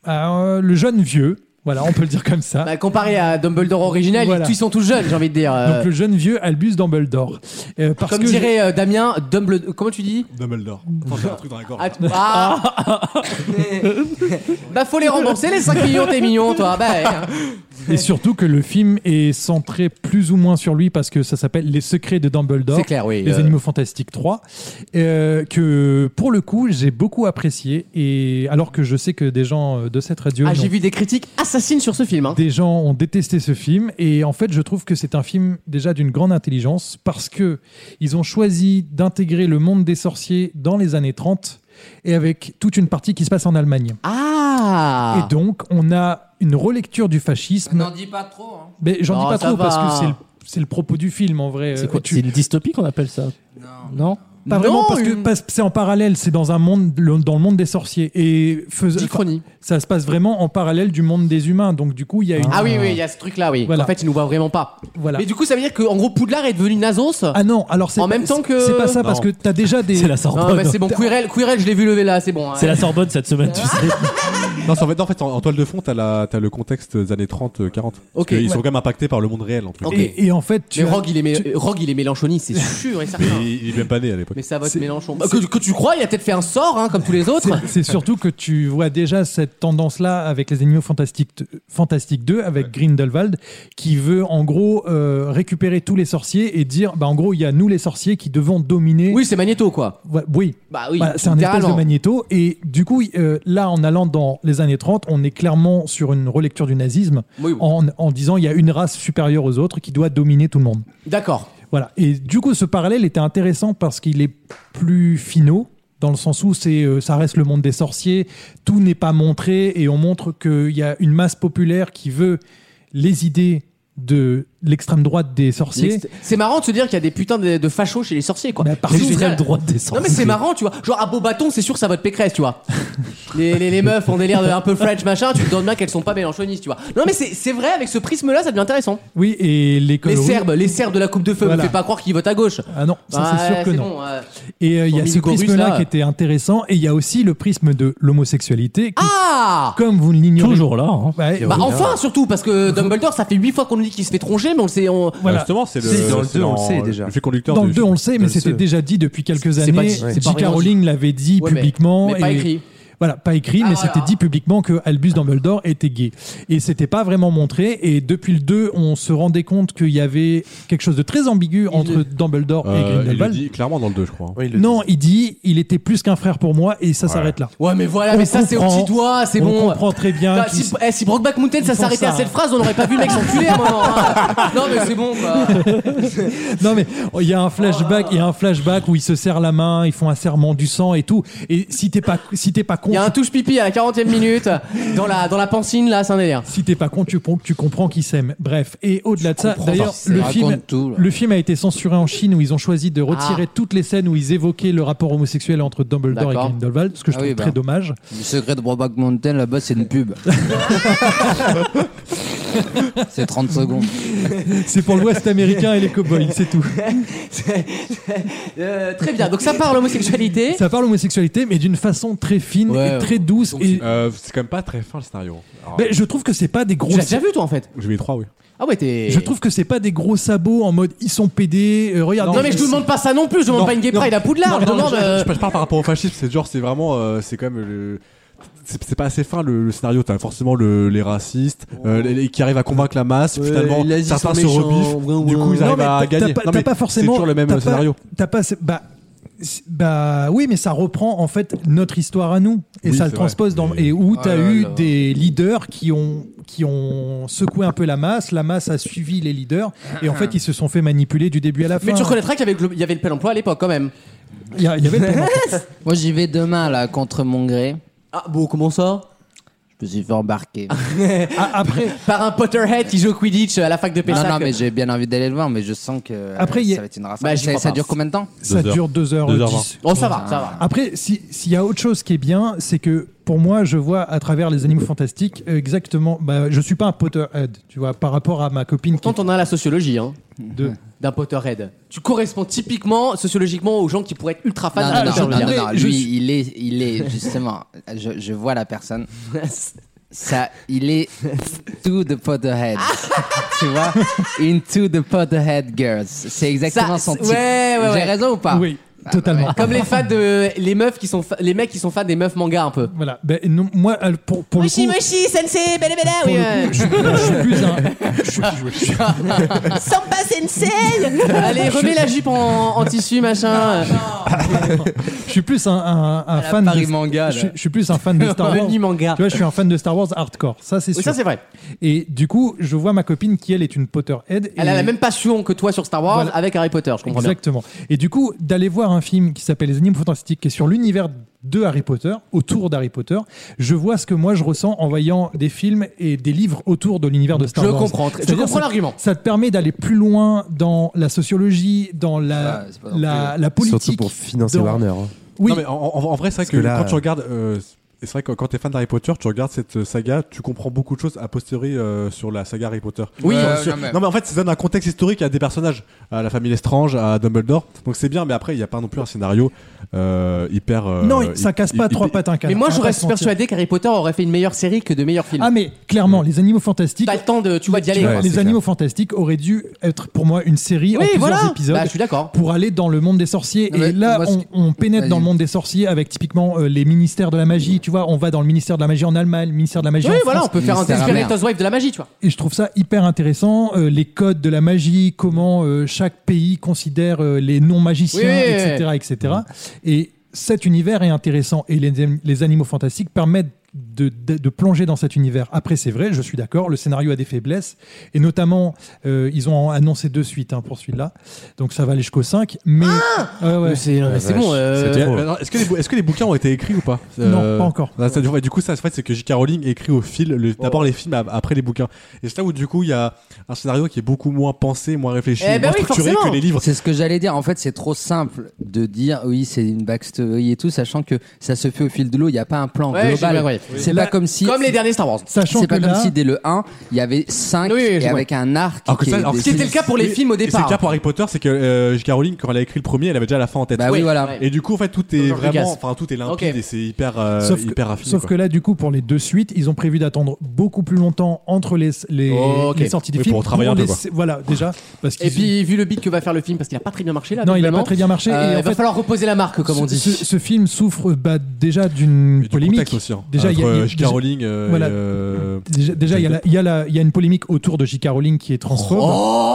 S2: ah, euh, le jeune vieux. Voilà, on peut le dire comme ça.
S1: Bah, comparé à Dumbledore original,
S2: Voilà.
S1: ils ils sont tous jeunes, j'ai envie de dire. euh,
S2: Donc le jeune vieux Albus Dumbledore. Euh, parce
S1: Comme
S2: que
S1: dirait euh, Damien, Dumbledore. Comment tu dis
S3: Dumbledore. un truc dans la gorge.
S1: Ah, tu-
S2: *laughs*
S1: Ah. Bah faut les rembourser les 5 millions, t'es mignon toi. Bah, ouais, hein.
S2: je- et surtout que le film est centré plus ou moins sur lui parce que ça s'appelle Les secrets de Dumbledore.
S1: c'est clair, oui.
S2: Les
S1: euh,
S2: Animaux Fantastiques 3, euh, que pour le coup j'ai beaucoup apprécié, et alors que je sais que des gens euh, de cette radio,
S1: Ah, j'ai
S2: n'ont-
S1: vu des critiques assassines sur ce film. hein.
S2: des gens ont détesté ce film, et en fait je trouve que c'est un film déjà d'une grande intelligence, parce que ils ont choisi d'intégrer le monde des sorciers dans les années 30, et avec toute une partie qui se passe en Allemagne.
S1: Ah
S2: Et donc on a une relecture du fascisme,
S5: dis pas trop. Hein.
S2: mais j'en
S1: Non,
S2: dis pas
S1: ça
S2: trop parce
S1: va.
S2: que c'est le, c'est le propos du film en vrai.
S4: C'est quoi
S2: Euh, tu-
S4: C'est une dystopie qu'on appelle ça Non
S2: Pas
S1: Non,
S2: vraiment, parce que
S1: une-
S2: parce que c'est en parallèle, c'est dans un monde, le- dans le monde des sorciers. Et fais-
S1: Dichronie.
S2: enfin, ça se passe vraiment en parallèle du monde des humains. Donc, du coup, il y a une.
S1: Ah oui, oui, il y a ce truc là, oui.
S2: Voilà.
S1: En fait, ils nous voient vraiment pas.
S2: Voilà.
S1: Mais du coup, ça veut dire qu'en gros, Poudlard est devenu Nasos
S2: Ah non, alors c'est.
S1: En
S2: pas-
S1: même temps que-
S2: C'est pas ça, parce
S4: Non.
S2: que t'as
S4: *laughs*
S2: déjà des.
S4: C'est la
S1: Non,
S4: Sorbonne.
S1: bah, c'est bon, Ah. Quirrell, Quirrell, je l'ai vu lever là, c'est bon. hein.
S4: C'est la Sorbonne cette semaine, tu sais.
S3: Non, c'est en fait, non, en, fait en, en toile de fond, t'as, la, t'as le contexte des années euh, 30, 40.
S1: Ok.
S3: Ils sont
S1: Ouais.
S3: quand même impactés par le monde réel, entre
S1: Ok.
S3: guillemets.
S2: Et, et en fait, tu.
S1: Mais
S2: as-
S1: Rogue, il est, mé-
S2: tu-
S1: Rogue, il est Mélenchonie, c'est sûr et certain.
S3: Mais il, il est même pas né à l'époque.
S1: Mais ça vote
S2: C'est-
S1: Mélenchon. Bah, que, que tu crois, il a peut-être fait un sort, hein, comme tous les autres.
S2: C'est surtout que tu vois déjà cette tendance-là avec les animaux fantastiques, fantastiques 2, avec Grindelwald, qui veut en gros euh, récupérer tous les sorciers et dire, bah en gros, il y a nous les sorciers qui devons dominer.
S1: Oui, c'est Magneto, quoi.
S2: Ouais, oui.
S1: Bah oui,
S2: Voilà, c'est un espèce de
S1: littéralement.
S2: magnéto. Et du coup, euh, là, en allant dans les années 30, on est clairement sur une relecture du nazisme
S1: Oui, oui.
S2: en, en disant il y a une race supérieure aux autres qui doit dominer tout le monde.
S1: D'accord.
S2: Voilà. Et du coup, ce parallèle était intéressant parce qu'il est plus finaux. Dans le sens où c'est, euh, ça reste le monde des sorciers, tout n'est pas montré et on montre qu'il y a une masse populaire qui veut les idées de l'extrême droite des sorciers.
S1: L'ex- C'est marrant de se dire qu'il y a des putains de, de fachos chez les sorciers, quoi.
S2: Bah, partout,
S1: C'est
S2: c'est
S1: génial.
S4: le droit de descendre.
S1: Non mais c'est marrant tu vois genre à beau bâton c'est sûr que ça vote Pécresse tu *laughs* vois les, les, les meufs ont des l'air de un peu French machin tu te donnes bien qu'elles sont pas mélanchonistes tu vois non mais c'est c'est vrai avec ce prisme là ça devient intéressant
S2: Oui, et l'école.
S1: les Serbes les Serbes de la coupe de feu
S2: Voilà.
S1: me fait pas croire qu'ils votent à gauche
S2: Ah non, ça
S1: Ah,
S2: c'est sûr
S1: ouais,
S2: que non.
S1: bon, ouais.
S2: Et euh, il y a
S1: Formidable
S2: ce
S1: chorus,
S2: prisme-là
S1: là.
S2: qui était intéressant, et il y a aussi le prisme de l'homosexualité, qui,
S1: ah
S2: comme vous ne l'ignorez
S4: Toujours là. hein.
S2: Ouais,
S1: bah enfin surtout parce
S2: *laughs*
S1: que Dumbledore ça fait 8 fois qu'on nous dit qu'il se fait troncher mais on le sait on...
S2: voilà.
S3: Ah, Justement, c'est le.
S6: C'est dans le deux, on le sait déjà.
S3: Le fait conducteur
S2: Dans
S3: du
S2: le 2, on le sait, mais
S6: le
S2: c'était
S6: sait.
S2: déjà dit depuis quelques
S1: C'est pas
S2: années.
S1: dit, ouais.
S2: J.K.
S1: Ouais.
S2: Rowling l'avait dit
S1: Ouais, mais-
S2: publiquement.
S1: mais pas
S2: et-
S1: écrit.
S2: Voilà, pas écrit, mais
S1: Ah,
S2: c'était
S1: voilà.
S2: dit publiquement que Albus Dumbledore était gay. Et c'était pas vraiment montré. Et depuis le 2, on se rendait compte qu'il y avait quelque chose de très ambigu entre Dumbledore et
S3: Euh, il le
S2: Grindelwald.
S3: dit clairement dans le 2, je crois. hein.
S6: Oui, ils le
S2: Non,
S6: disent.
S2: il dit, il était plus qu'un frère pour moi, et ça s'arrête là.
S1: ouais mais voilà
S2: On
S1: mais ça c'est au
S2: comprend.
S1: petit doigt c'est
S2: on
S1: bon
S2: comprend très bien.
S1: Bah,
S2: qu'il
S1: si, eh, si Brockback Mountain ça
S2: font
S1: s'arrêtait
S2: ça,
S1: à cette
S2: hein.
S1: phrase on aurait pas vu le mec s'enculer à un moment hein. non mais c'est bon quoi
S2: Non mais il y a un flashback, il y a un flashback où ils se serrent la main, ils font un serment du sang et tout. Et si t'es pas si t'es pas con,
S1: Il y a un touche pipi à la 40 e minute dans la, dans la pancine là, c'est un délire.
S2: si t'es pas con, tu, pon- tu comprends qu'ils s'aiment. Bref, et au-delà de ça, d'ailleurs
S5: Ça
S2: le
S5: raconte
S2: film
S5: tout, là.
S2: le film a été censuré en Chine où ils ont choisi de retirer toutes les scènes où ils évoquaient le rapport homosexuel entre Dumbledore et
S1: D'accord.
S2: Grindelwald, ce que je
S5: Ah
S2: trouve
S5: oui, bah.
S2: très dommage.
S5: Le secret de Broback Mountain, là-bas, c'est une
S1: *laughs*
S5: pub. c'est 30 secondes.
S2: C'est pour l'Ouest américain et les cowboys, c'est tout.
S1: Euh, très bien, donc ça parle homosexualité.
S2: Ça parle homosexualité, mais d'une façon très fine
S5: Ouais,
S2: et
S5: ouais.
S2: très douce. Et
S3: Euh, c'est quand même pas très fin le scénario. Alors,
S2: Ben, je trouve que c'est pas des
S1: Tu
S2: gros.
S1: l'as déjà vu toi en fait
S3: J'ai mis 3, oui.
S1: Ah ouais, t'es.
S2: Je trouve que c'est pas des gros sabots en mode ils sont pédés. euh, regarde.
S1: Non, mais je te demande pas ça non plus, je demande
S3: Non,
S1: pas une gay
S3: non.
S1: pride à Poudlard, je
S3: Non,
S1: demande.
S3: je,
S1: euh,
S3: je- je parle par rapport au fascisme, c'est genre, c'est vraiment, euh, c'est quand même le- C'est c'est pas assez fin le, le scénario, t'as forcément le- les racistes euh, les, les- qui arrivent à convaincre la masse, finalement
S6: les nazis
S3: certains
S6: sont
S3: se
S6: méchants,
S3: rebiffent,
S6: ouin,
S3: du coup ils
S2: Non,
S3: arrivent
S2: mais
S3: à
S2: t'as- T'as
S3: gagner.
S2: pas,
S3: Non,
S2: t'as
S3: mais
S2: pas forcément.
S3: C'est toujours le même
S2: t'as pas-
S3: scénario.
S2: T'as pas. ce- Bah, c'est- bah oui, mais ça reprend en fait notre histoire à nous et
S3: Oui,
S2: ça le
S3: c'est
S2: transpose
S3: vrai,
S2: dans.
S3: mais-
S2: Et où
S5: Ah
S2: t'as
S5: là
S2: eu
S5: là.
S2: des leaders qui ont qui ont secoué un peu la masse. La masse a suivi les leaders et en fait ils se sont fait manipuler du début à la fin.
S1: Mais tu reconnaîtras qu'il y avait, le- il y avait le plein emploi à l'époque quand même.
S2: Il y, a- il y avait le plan.
S1: *laughs*
S5: Moi, j'y vais demain, là, contre mon gré.
S1: Ah bon, comment ça
S5: Je me suis fait embarquer.
S2: Ah, après.
S1: Par un Potterhead qui joue au Quidditch à la fac de
S5: non,
S1: Pessac.
S5: non, mais j'ai bien envie d'aller le voir, mais je sens que euh,
S2: Après, il y a-
S5: ça va être une race.
S1: Bah, j'y
S5: ça,
S1: crois
S5: ça
S1: pas.
S5: dure combien de temps
S2: Ça
S3: Deux heures.
S2: dure 2 heures
S3: Deux heures
S2: 10
S1: Oh, ça va, ça va.
S2: Après, si- s'il y a autre chose qui est bien, c'est que pour moi, je vois à travers les animaux fantastiques euh, exactement. Bah, je suis pas un Potterhead, tu vois, par rapport à ma copine qui
S1: Pourtant, on a la sociologie, hein.
S2: de.
S1: D'un Potterhead. Tu corresponds typiquement, sociologiquement, aux gens qui pourraient être ultra fans
S5: non,
S1: d'un
S5: non, non,
S1: Potterhead.
S5: non, non,
S2: je
S5: lui,
S2: suis-
S5: il est, il est justement. Je, je vois la personne. ça, il est to the Potterhead.
S1: Ah.
S5: tu vois Into the Potterhead Girls. C'est
S1: Ça,
S5: exactement son
S1: c'est-
S5: titre.
S1: ouais, ouais,
S5: J'ai
S1: ouais.
S5: raison ou pas
S2: Oui,
S5: Ah,
S2: totalement.
S5: bah
S1: Comme les fans de les meufs qui sont fa- les mecs qui sont fans des meufs manga un peu.
S2: Voilà. Ben, non, moi, euh, pour, pour le coup,
S1: Moshi Moshi Sensei Bele Bele
S2: pour
S1: oui,
S2: le
S1: euh,
S2: coup, je, je suis plus un.
S1: Samba Sensei Allez remets la jupe en, en tissu machin
S2: Je suis plus un, un- un fan
S5: Paris
S2: de
S5: Manga,
S2: Je,
S5: là.
S2: je suis plus un
S5: *laughs*
S2: fan de Star Wars.
S1: Menu
S2: tu
S1: manga
S2: vois, je suis un fan de Star Wars hardcore. Ça, c'est
S1: Oui,
S2: sûr.
S1: ça c'est vrai.
S2: Et du coup, je vois ma copine qui elle est une Potterhead.
S1: Elle
S2: et-
S1: a la même passion que toi sur Star Wars
S2: Voilà.
S1: avec Harry Potter, je comprends bien.
S2: Exactement. Et du coup, d'aller voir un film qui s'appelle Les Énigmes Fantastiques, qui est sur l'univers de Harry Potter, autour d'Harry Potter, je vois ce que moi je ressens en voyant des films et des livres autour de l'univers de Star
S1: Je
S2: Wars.
S1: comprends. Je
S2: C'est-à-dire,
S1: comprends
S2: ça-
S1: l'argument.
S2: Ça te permet d'aller plus loin dans la sociologie, dans la,
S5: Ah, c'est pas non plus-
S2: la, la politique.
S6: Surtout pour financer
S2: dans-
S6: Warner. hein.
S2: Oui,
S3: Non, mais en, en- en vrai, c'est vrai
S6: Parce
S3: que,
S6: que là,
S3: quand tu
S6: euh,
S3: regardes. euh, et c'est vrai que quand t'es fan d'Harry Potter, tu regardes cette euh, saga, tu comprends beaucoup de choses a posteriori euh, sur la saga Harry Potter.
S1: Oui,
S3: Sur-
S1: euh,
S3: sur-
S5: non,
S3: non,
S5: mais-
S3: mais... en fait, ça donne un contexte historique à des personnages, à la famille Lestrange, à Dumbledore. Donc c'est bien, mais après, il n'y a pas non plus un scénario euh, hyper. euh,
S2: non, ça casse
S3: hy-
S2: pas
S3: hy-
S2: trois
S3: hy-
S2: pattes à un canard.
S1: Mais moi
S2: On va
S1: je
S2: pas se
S1: reste
S2: mentir.
S1: persuadé qu'Harry Potter aurait fait une meilleure série que Bah, de meilleurs films.
S2: Ah mais clairement, les animaux fantastiques.
S1: T'as le temps de tu vois d'y aller.
S2: tu vois,
S1: quoi.
S6: c'est
S2: les
S6: clair.
S2: animaux fantastiques auraient dû être pour moi une série en
S1: Oui,
S2: plusieurs
S1: voilà.
S2: épisodes.
S1: Bah, je suis d'accord.
S2: pour aller dans le monde des sorciers.
S5: Non,
S2: et
S5: mais
S2: là,
S5: moi, ce
S2: on,
S5: qui-
S2: on pénètre
S5: Vas-y.
S2: dans le monde des sorciers avec typiquement euh, les ministères de la magie. Tu vois, on va dans le ministère de la magie en Allemagne, le ministère de la magie
S1: Oui,
S2: en
S1: voilà, on
S2: France.
S1: peut faire un
S5: Mystère amer.
S1: Desperate Housewives de la magie, tu vois.
S2: Et je trouve ça hyper intéressant, euh, les codes de la magie, comment euh, chaque pays considère euh, les non-magiciens,
S1: Oui, oui, oui.
S2: etc., etc. Et cet univers est intéressant et les, les animaux fantastiques permettent de, de- de plonger dans cet univers. Après, c'est vrai, je suis d'accord, le scénario a des faiblesses, et notamment, euh, ils ont annoncé deux suites hein, pour celui-là, donc ça va aller jusqu'au 5, mais... Ouais, ouais.
S1: C'est euh,
S6: La
S1: c'est
S6: vache,
S1: bon. euh,
S6: c'est
S3: Et,
S6: trop.
S3: euh, non, Est-ce que, les bou- est-ce que les bouquins ont été écrits ou pas Euh,
S2: Non, pas encore. Oh.
S3: non, ça, du, ouais, du coup, ça, en fait, c'est que J.K. Rowling écrit au fil, le- d'abord les films, a- après les bouquins. Et c'est là où, du coup, il y a un scénario qui est beaucoup moins pensé, moins réfléchi,
S1: Eh ben
S3: moins
S1: oui,
S3: structuré
S1: forcément.
S3: que les livres.
S5: C'est ce que j'allais dire. En fait, c'est trop simple de dire oui, c'est une backstory et tout, sachant que ça se fait au fil de l'eau. Il n'y a pas un plan
S1: Ouais, j'ai-
S5: global.
S1: ouais.
S5: C'est
S2: Là,
S5: pas comme si.
S1: Comme les derniers Star Wars.
S2: Sachant
S5: C'est
S2: que
S5: pas
S2: là...
S5: comme si dès le 1, il y avait 5
S1: Oui, oui, je
S5: et
S1: vois.
S5: avec un arc.
S1: Ah,
S3: Alors que
S5: qui
S3: ça-
S5: est
S3: alors que
S5: dé-
S1: C'était le cas pour les
S3: Oui,
S1: films au
S3: et
S1: départ.
S3: C'est le cas pour Harry Potter, c'est que euh, J.K. Rowling, quand elle a écrit le premier, elle avait déjà la fin en tête.
S5: Bah oui,
S1: Ouais.
S5: voilà.
S1: Ouais.
S3: Et du coup, en fait, tout est
S1: Dans Lucas.
S3: vraiment, enfin, tout est limpide
S1: Ok.
S3: et c'est hyper, euh,
S2: Sauf, que,
S3: hyper raffiné.
S2: sauf
S3: quoi.
S2: que là, du coup, pour les deux suites, ils ont prévu d'attendre beaucoup plus longtemps entre les, les,
S1: Oh, Ok.
S2: les sorties du
S3: Oui,
S2: film.
S3: pour travailler un
S2: les-
S3: peu, quoi.
S2: Voilà, déjà. Parce
S1: Et
S2: qu'ils-
S1: puis, vu le beat que va faire le film, parce qu'il a pas très bien marché là.
S2: non, il a
S1: visiblement,
S2: pas très bien marché.
S1: euh,
S2: et en
S1: il va
S2: fait,
S1: falloir reposer la marque, comme on
S2: ce-
S1: dit.
S2: Ce, ce film souffre bah, déjà d'une
S3: Et du
S2: polémique.
S3: contexte aussi. hein,
S2: Déjà, il y a-
S3: entre,
S2: il y a-
S3: euh, J.K. Rowling. euh,
S2: Voilà.
S3: et, euh,
S2: Déjà, déjà, il y, a la- il y, a la- il y a une polémique autour de J.K. Rowling qui est transphobe.
S1: Oh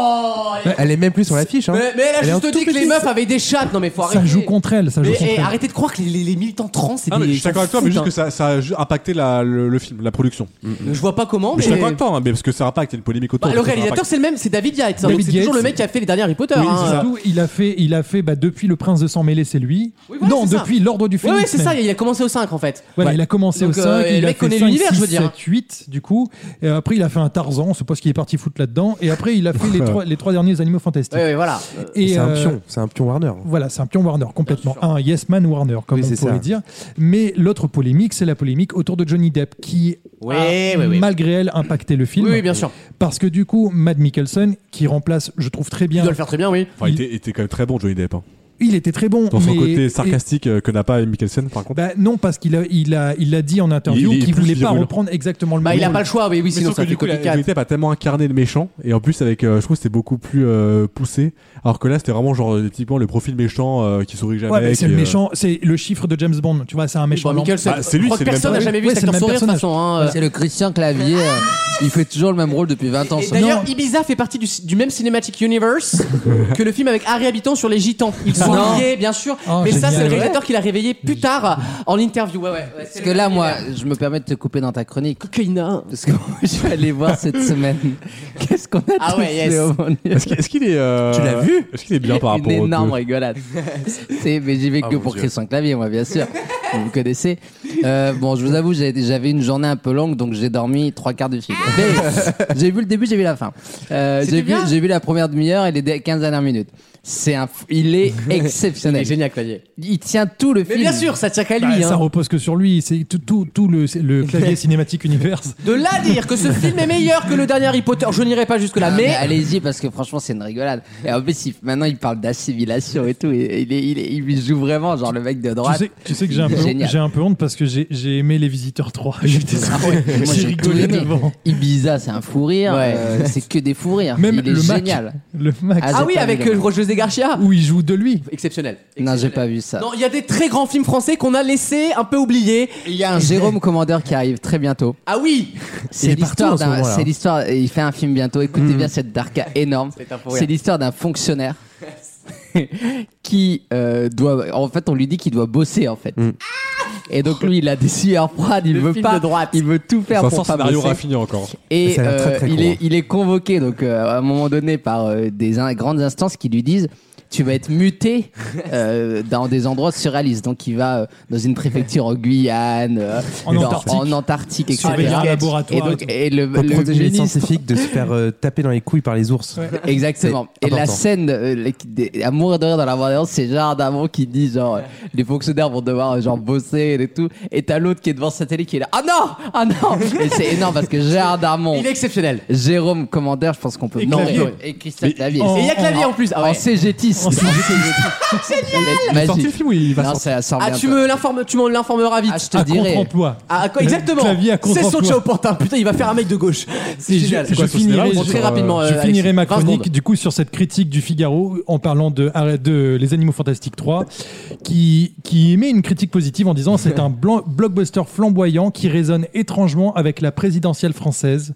S6: Elle est même plus sur l'affiche. Hein.
S1: mais, mais elle a
S6: Elle est en
S1: juste
S6: tout
S1: dit que les
S6: petit,
S1: meufs avaient des chattes. Non, mais faut arrêter.
S2: ça joue contre elle. Ça joue
S1: Mais-
S2: contre
S1: et
S2: elle.
S1: arrêtez de croire que les, les- les militants trans, c'est
S3: Ah, mais
S1: des. hein.
S3: je suis d'accord avec toi, mais juste que ça, ça a ju- impacté la- le, le film, la production.
S1: Je vois pas comment.
S3: Mais je suis
S1: mais-
S3: d'accord avec toi, hein, mais parce que ça impacte, il y a une polémique autour.
S1: Bah,
S3: parce
S1: le
S3: que ça
S1: réalisateur,
S3: impacte.
S1: c'est le même, c'est David Yates. hein,
S2: David
S1: donc C'est toujours
S2: Yates.
S1: le mec qui a fait les derniers Harry Potter.
S2: Oui,
S1: hein.
S2: c'est ça. Surtout, il a fait, il a fait bah, depuis Le Prince de Sang Mêlé, c'est lui.
S1: Oui, voilà,
S2: non,
S1: c'est ça.
S2: depuis l'Ordre du
S1: Ouais,
S2: Phénix.
S1: ouais, c'est
S2: même.
S1: ça. Il a commencé au 5 en fait.
S2: Voilà,
S1: Ouais.
S2: il a commencé
S1: Donc,
S2: au 5,
S1: euh,
S2: il
S1: le
S2: a
S1: mec
S2: fait
S1: connaît
S2: 5,
S1: l'univers,
S2: 6,
S1: je veux dire.
S2: 7, 8, du coup. Et après, il a fait un Tarzan, on sait pas ce qu'il est parti foutre là-dedans. Et après, il
S6: *laughs*
S2: a fait les, trois, les trois derniers animaux fantastiques.
S1: Ouais, ouais, voilà.
S2: Et
S6: C'est un
S2: euh,
S6: pion, c'est un pion Warner.
S2: Voilà, c'est un pion Warner, complètement. Un Yes Man Warner, comme
S6: Oui,
S2: on
S6: c'est
S2: pourrait
S6: ça.
S2: dire. Mais l'autre polémique, c'est la polémique autour de Johnny Depp, qui
S1: Oui,
S2: a,
S1: oui, oui.
S2: malgré elle, impacté le film.
S1: Oui, oui, bien sûr.
S2: Parce que du coup, Mad Mikkelsen, qui remplace, je trouve très
S1: Il
S2: bien,
S1: doit le faire très bien, oui.
S3: Enfin, il était- était quand même très bon, Johnny Depp. hein.
S2: il était très bon.
S3: Dans son
S2: mais-
S3: côté
S2: et-
S3: sarcastique euh, que n'a pas Mikkelsen, par contre.
S2: bah, non, parce qu'il a, il a, il a dit en interview
S3: Il- il est
S2: qu'il
S3: plus
S2: voulait
S3: qu'il est
S2: pas
S3: brûlant.
S2: reprendre exactement le
S1: Bah,
S2: même
S1: il a
S2: rôle.
S1: pas le choix, oui, oui,
S3: Mais
S1: sinon
S3: sauf
S1: ça
S3: que
S1: fait hein.
S3: du coup, la-
S1: copycat.
S3: Johnny Depp a tellement incarné le méchant, et en plus avec, euh, je trouve que c'était beaucoup plus euh, poussé, alors que là c'était vraiment genre euh, typiquement le profil méchant euh, qui sourit jamais.
S2: Ouais, mais c'est
S3: qui,
S2: le
S3: euh,
S2: méchant, c'est le chiffre de James Bond, tu vois, c'est un méchant.
S1: Bon,
S2: lent.
S1: Mikkelsen,
S3: Ah, c'est lui,
S1: je crois que
S3: c'est le même
S1: personne n'a
S3: personnage.
S1: jamais vu
S2: Ouais,
S1: cet
S2: c'est le
S1: acteur
S2: même
S1: sourire de toute
S2: personnage.
S1: façon. hein.
S5: Euh, C'est le Christian Clavier. euh, il fait toujours le même rôle depuis 20 ans.
S1: Et
S5: ce
S1: D'ailleurs,
S5: mec.
S1: Ibiza fait partie du, du même Cinematic Universe que le film avec Harry Habitant sur les Gitans. Ils sont
S5: Non.
S1: liés, bien sûr.
S2: Oh,
S1: mais ça,
S2: génial.
S1: c'est le réalisateur qui l'a réveillé plus tard en interview. Ouais, ouais, ouais, c'est
S5: Parce
S1: le
S5: que
S1: même
S5: là, moi,
S1: univers.
S5: je me permets de te couper dans ta chronique.
S1: Cocaïna.
S5: Parce que *laughs* moi, je suis allé voir cette semaine. *laughs* Qu'est-ce qu'on a
S1: Ah
S5: tous
S1: ouais, yes.
S5: fait au monde
S3: Est-ce qu'il- est-ce qu'il est. euh,
S6: Tu l'as vu
S3: Est-ce qu'il est bien par
S5: Une
S3: rapport au.
S5: énorme rigolade. *laughs* C'est- mais j'y vais
S6: Ah,
S5: que
S6: mon
S5: pour
S6: Dieu.
S5: Christian Clavier, moi, bien sûr. Vous me connaissez. Euh, bon, je vous avoue, j'ai- j'avais une journée un peu longue, donc j'ai dormi trois quarts du film. Mais j'ai vu le début, j'ai vu la fin. Euh,
S1: Ah. C'était
S5: j'ai vu,
S1: bien
S5: j'ai vu la première demi-heure et les dé- 15 dernières minutes. c'est un, f- il
S1: *laughs*
S5: est
S1: Il est
S5: exceptionnel.
S1: génial, Clavier.
S5: Il tient tout le
S1: Mais
S5: film.
S1: bien sûr, ça tient qu'à
S2: Bah,
S1: lui. hein.
S2: Ça repose que sur lui. C'est tout, tout, tout le,
S5: *laughs*
S2: le clavier cinématique universe.
S1: De là à dire que ce film est meilleur que le dernier Harry Potter, je n'irai pas jusque-là.
S5: Ah,
S1: Mais,
S5: mais allez-y parce que franchement c'est une rigolade. Et en plus il- maintenant il parle d'assimilation et tout. Et, il, est- il, est- il joue vraiment genre le mec de
S2: Tu
S5: droite.
S2: sais, tu sais que j'ai un, peu-
S5: Génial. Ah
S2: j'ai un peu honte parce que j'ai j'ai aimé Les Visiteurs *laughs* 3. Je suis désolé.
S5: Moi,
S2: J'ai
S5: j'ai tout
S2: rigolé
S5: aimé.
S2: devant.
S5: Ibiza c'est un fou rire.
S1: Ouais.
S5: euh, c'est que des fous rires.
S2: Même
S5: il est
S2: le Mac.
S5: génial.
S2: Le Mac.
S5: Ah,
S1: ah oui,
S5: pas
S1: avec
S5: évident.
S1: euh, Roger Garcia.
S2: Où il joue de lui.
S1: Exceptionnel.
S5: Non j'ai
S1: Exceptionnel.
S5: pas vu ça.
S1: Non, il y a des très grands films français qu'on a laissés un peu oubliés.
S5: Il y a un Jérôme Commandeur qui arrive très bientôt.
S1: Ah oui
S5: C'est
S6: est partout
S5: l'histoire
S6: en ce
S5: d'un.
S6: moment-là.
S5: C'est l'histoire. et Il fait un film bientôt. Écoutez bien cette darka énorme.
S1: C'est un fou rire.
S5: C'est l'histoire d'un fonctionnaire *laughs* qui euh, doit. En fait, on lui dit qu'il doit bosser en fait. Et donc lui, il a des sueurs froides. Il
S1: Le
S5: veut
S1: film
S5: pas.
S1: de droite.
S5: Il veut tout faire
S3: C'est un
S5: pour pas
S3: scénario
S5: bosser.
S3: raffiné encore.
S5: Et
S6: Ça a l'air très,
S5: euh,
S6: très
S5: il,
S6: cool, hein.
S5: est, il est convoqué donc euh, à un moment donné par euh, des in- grandes instances qui lui disent tu vas être muté
S6: *laughs*
S5: euh, dans des endroits surréalistes. Donc il va euh, dans une préfecture en Guyane, euh,
S2: En
S5: dans-
S2: Antarctique.
S5: en Antarctique, etc.
S2: Surveiller un laboratoire
S5: Et donc
S2: et
S5: et le,
S6: Pour
S5: le
S6: protéger les
S5: ministre-
S6: scientifiques de se faire euh, taper dans les couilles par les ours.
S5: *laughs* Exactement.
S6: C'est
S5: Et la
S6: important.
S5: scène euh, les- qui- des- à mourir de rire dans la bande c'est Gérard Darmon qui dit genre euh, les fonctionnaires vont devoir euh, genre bosser et tout. Et t'as l'autre qui est devant sa télé qui est là ah non ah non. Et c'est énorme parce que Gérard Darmon,
S1: Il est exceptionnel.
S5: Jérôme Commandeur, je pense qu'on peut
S2: Et
S5: Non,
S2: Clavier.
S5: ouais. et Christophe Clavier.
S2: en-
S1: Et il y a Clavier en, plus. Ah,
S5: En
S1: ouais.
S5: CGTiste.
S2: C'est sorti le
S5: Magique.
S2: film où il va
S5: Non,
S2: sortir.
S5: ça sort
S1: Ah,
S5: bien,
S1: tu
S5: toi.
S1: me l'informes- tu m'en l'informeras vite.
S5: Ah, je
S2: À
S5: te dirais.
S2: contre-emploi.
S1: Ah, quoi,
S2: Le
S1: exactement.
S2: clavier à
S1: C'est son
S2: contre-emploi.
S1: au Portin. Putain, il va faire un mec de gauche. C'est
S2: Je-
S1: génial.
S2: je
S3: quoi, sur le
S2: finirai-
S3: cinéma ou
S2: je-
S1: Très
S3: euh,
S1: rapidement. euh,
S2: Je
S1: Alexis.
S2: finirai ma
S1: 20
S2: chronique
S1: secondes.
S2: du coup sur cette critique du Figaro en parlant de, de Les Animaux Fantastiques 3 qui, qui émet une critique positive en disant c'est un blan- blockbuster flamboyant qui résonne étrangement avec la présidentielle française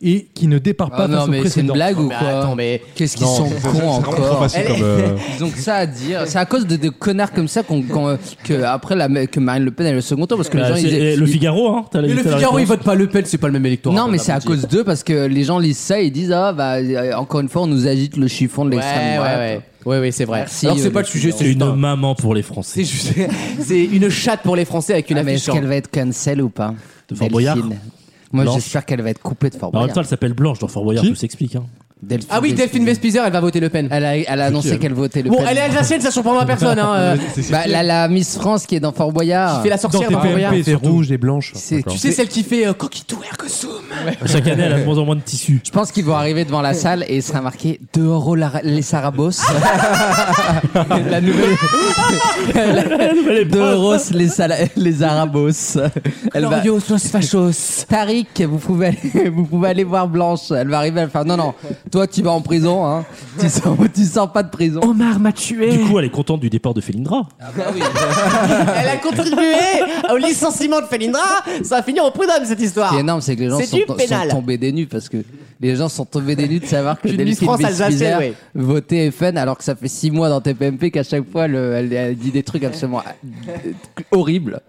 S2: et qui ne départ pas
S5: Ah non
S2: face au
S5: mais c'est une
S2: précédent.
S5: blague ou
S1: Mais
S5: quoi
S1: attends, mais.
S5: Qu'est-ce qu'ils
S3: Non,
S5: sont
S3: c'est-
S5: cons
S3: C'est vraiment trop
S5: encore Eh,
S3: facile comme. euh,
S5: Ils ont que ça à dire. C'est à cause de, de connards comme ça qu'on, qu'on- que après la, que Marine Le Pen elle est le second tour parce que
S4: Bah,
S5: les gens
S4: c'est-
S5: ils,
S4: et le
S5: ils-
S4: Figaro, hein. t'as la-
S1: Mais le
S4: t'as la
S1: Figaro, il
S4: réponse.
S1: vote pas Le Pen, c'est pas le même électorat.
S5: non, mais c'est à
S1: abruti.
S5: cause d'eux parce que les gens lisent ça et ils disent ah bah euh, encore une fois on nous agite le chiffon de
S1: Ouais,
S5: l'extrême
S1: ouais,
S5: droite.
S1: ouais. Ouais, ouais, c'est vrai.
S5: Merci,
S1: Alors, c'est
S5: euh,
S1: pas
S5: le
S1: le sujet,
S5: Figaro.
S1: c'est
S4: C'est
S1: juste.
S4: une
S1: un-
S4: maman pour les
S1: C'est
S4: Français.
S1: juste. C'est une chatte pour les Français avec une
S5: Ah, mais
S1: affiche.
S5: est-ce qu'elle va être cancel ou pas
S4: De Fort
S5: Delphine.
S4: Boyard
S5: Moi
S4: Blanche.
S5: j'espère qu'elle va être coupée de Fort
S4: En même temps,
S5: Boyard.
S4: elle s'appelle Blanche dans Fort Boyard, tout s'explique. hein.
S5: Delphine
S1: Ah oui, Delphine Vespizer, elle va voter Le Pen.
S5: Elle a, elle a annoncé qu'elle votait le
S1: Bon,
S5: Pen.
S1: elle est alsacienne, ça surprendra personne. Hein. euh,
S5: Bah, la, la Miss France qui est dans Fort
S1: qui
S5: Boyard.
S1: fait la sorcière
S2: Dans
S1: dans Fort
S2: TPMP.
S1: Boyard.
S2: Et
S6: C'est
S2: surtout-
S6: rouge et blanche.
S5: C'est-
S6: D'accord.
S1: Tu sais, celle qui fait euh, Coquitou Ergosum.
S4: Chaque année, elle a de moins en moins de tissus.
S5: Je pense qu'ils vont arriver devant la salle et il sera marqué dehors la- les Sarabos. *laughs* la nouvelle. Dehors les, sala- les Arabos. Elle va.
S1: Glorios, los fachos.
S5: Tariq, vous pouvez, aller, vous pouvez aller voir Blanche. Elle va arriver, elle va faire non, non, toi tu vas en prison, hein. tu, sors, tu sors pas de prison.
S1: Omar m'a tué.
S4: Du coup, elle est contente du départ de Felindra.
S1: Elle a contribué au licenciement de Felindra. Ça va finir au prud'homme cette
S5: Ce
S1: histoire.
S5: qui est énorme, c'est que les gens
S1: Ah, C'est
S5: sont,
S1: du
S5: sont
S1: pénal.
S5: tombés des nues parce que les gens sont tombés des nues de
S1: *laughs*
S5: savoir que
S1: Qu'une
S5: Delphine
S1: Miss France alsacienne,
S5: Bizer
S1: ouais.
S5: votait FN alors que ça fait six mois dans TPMP qu'à chaque fois le- elle, elle dit des trucs absolument euh, horribles.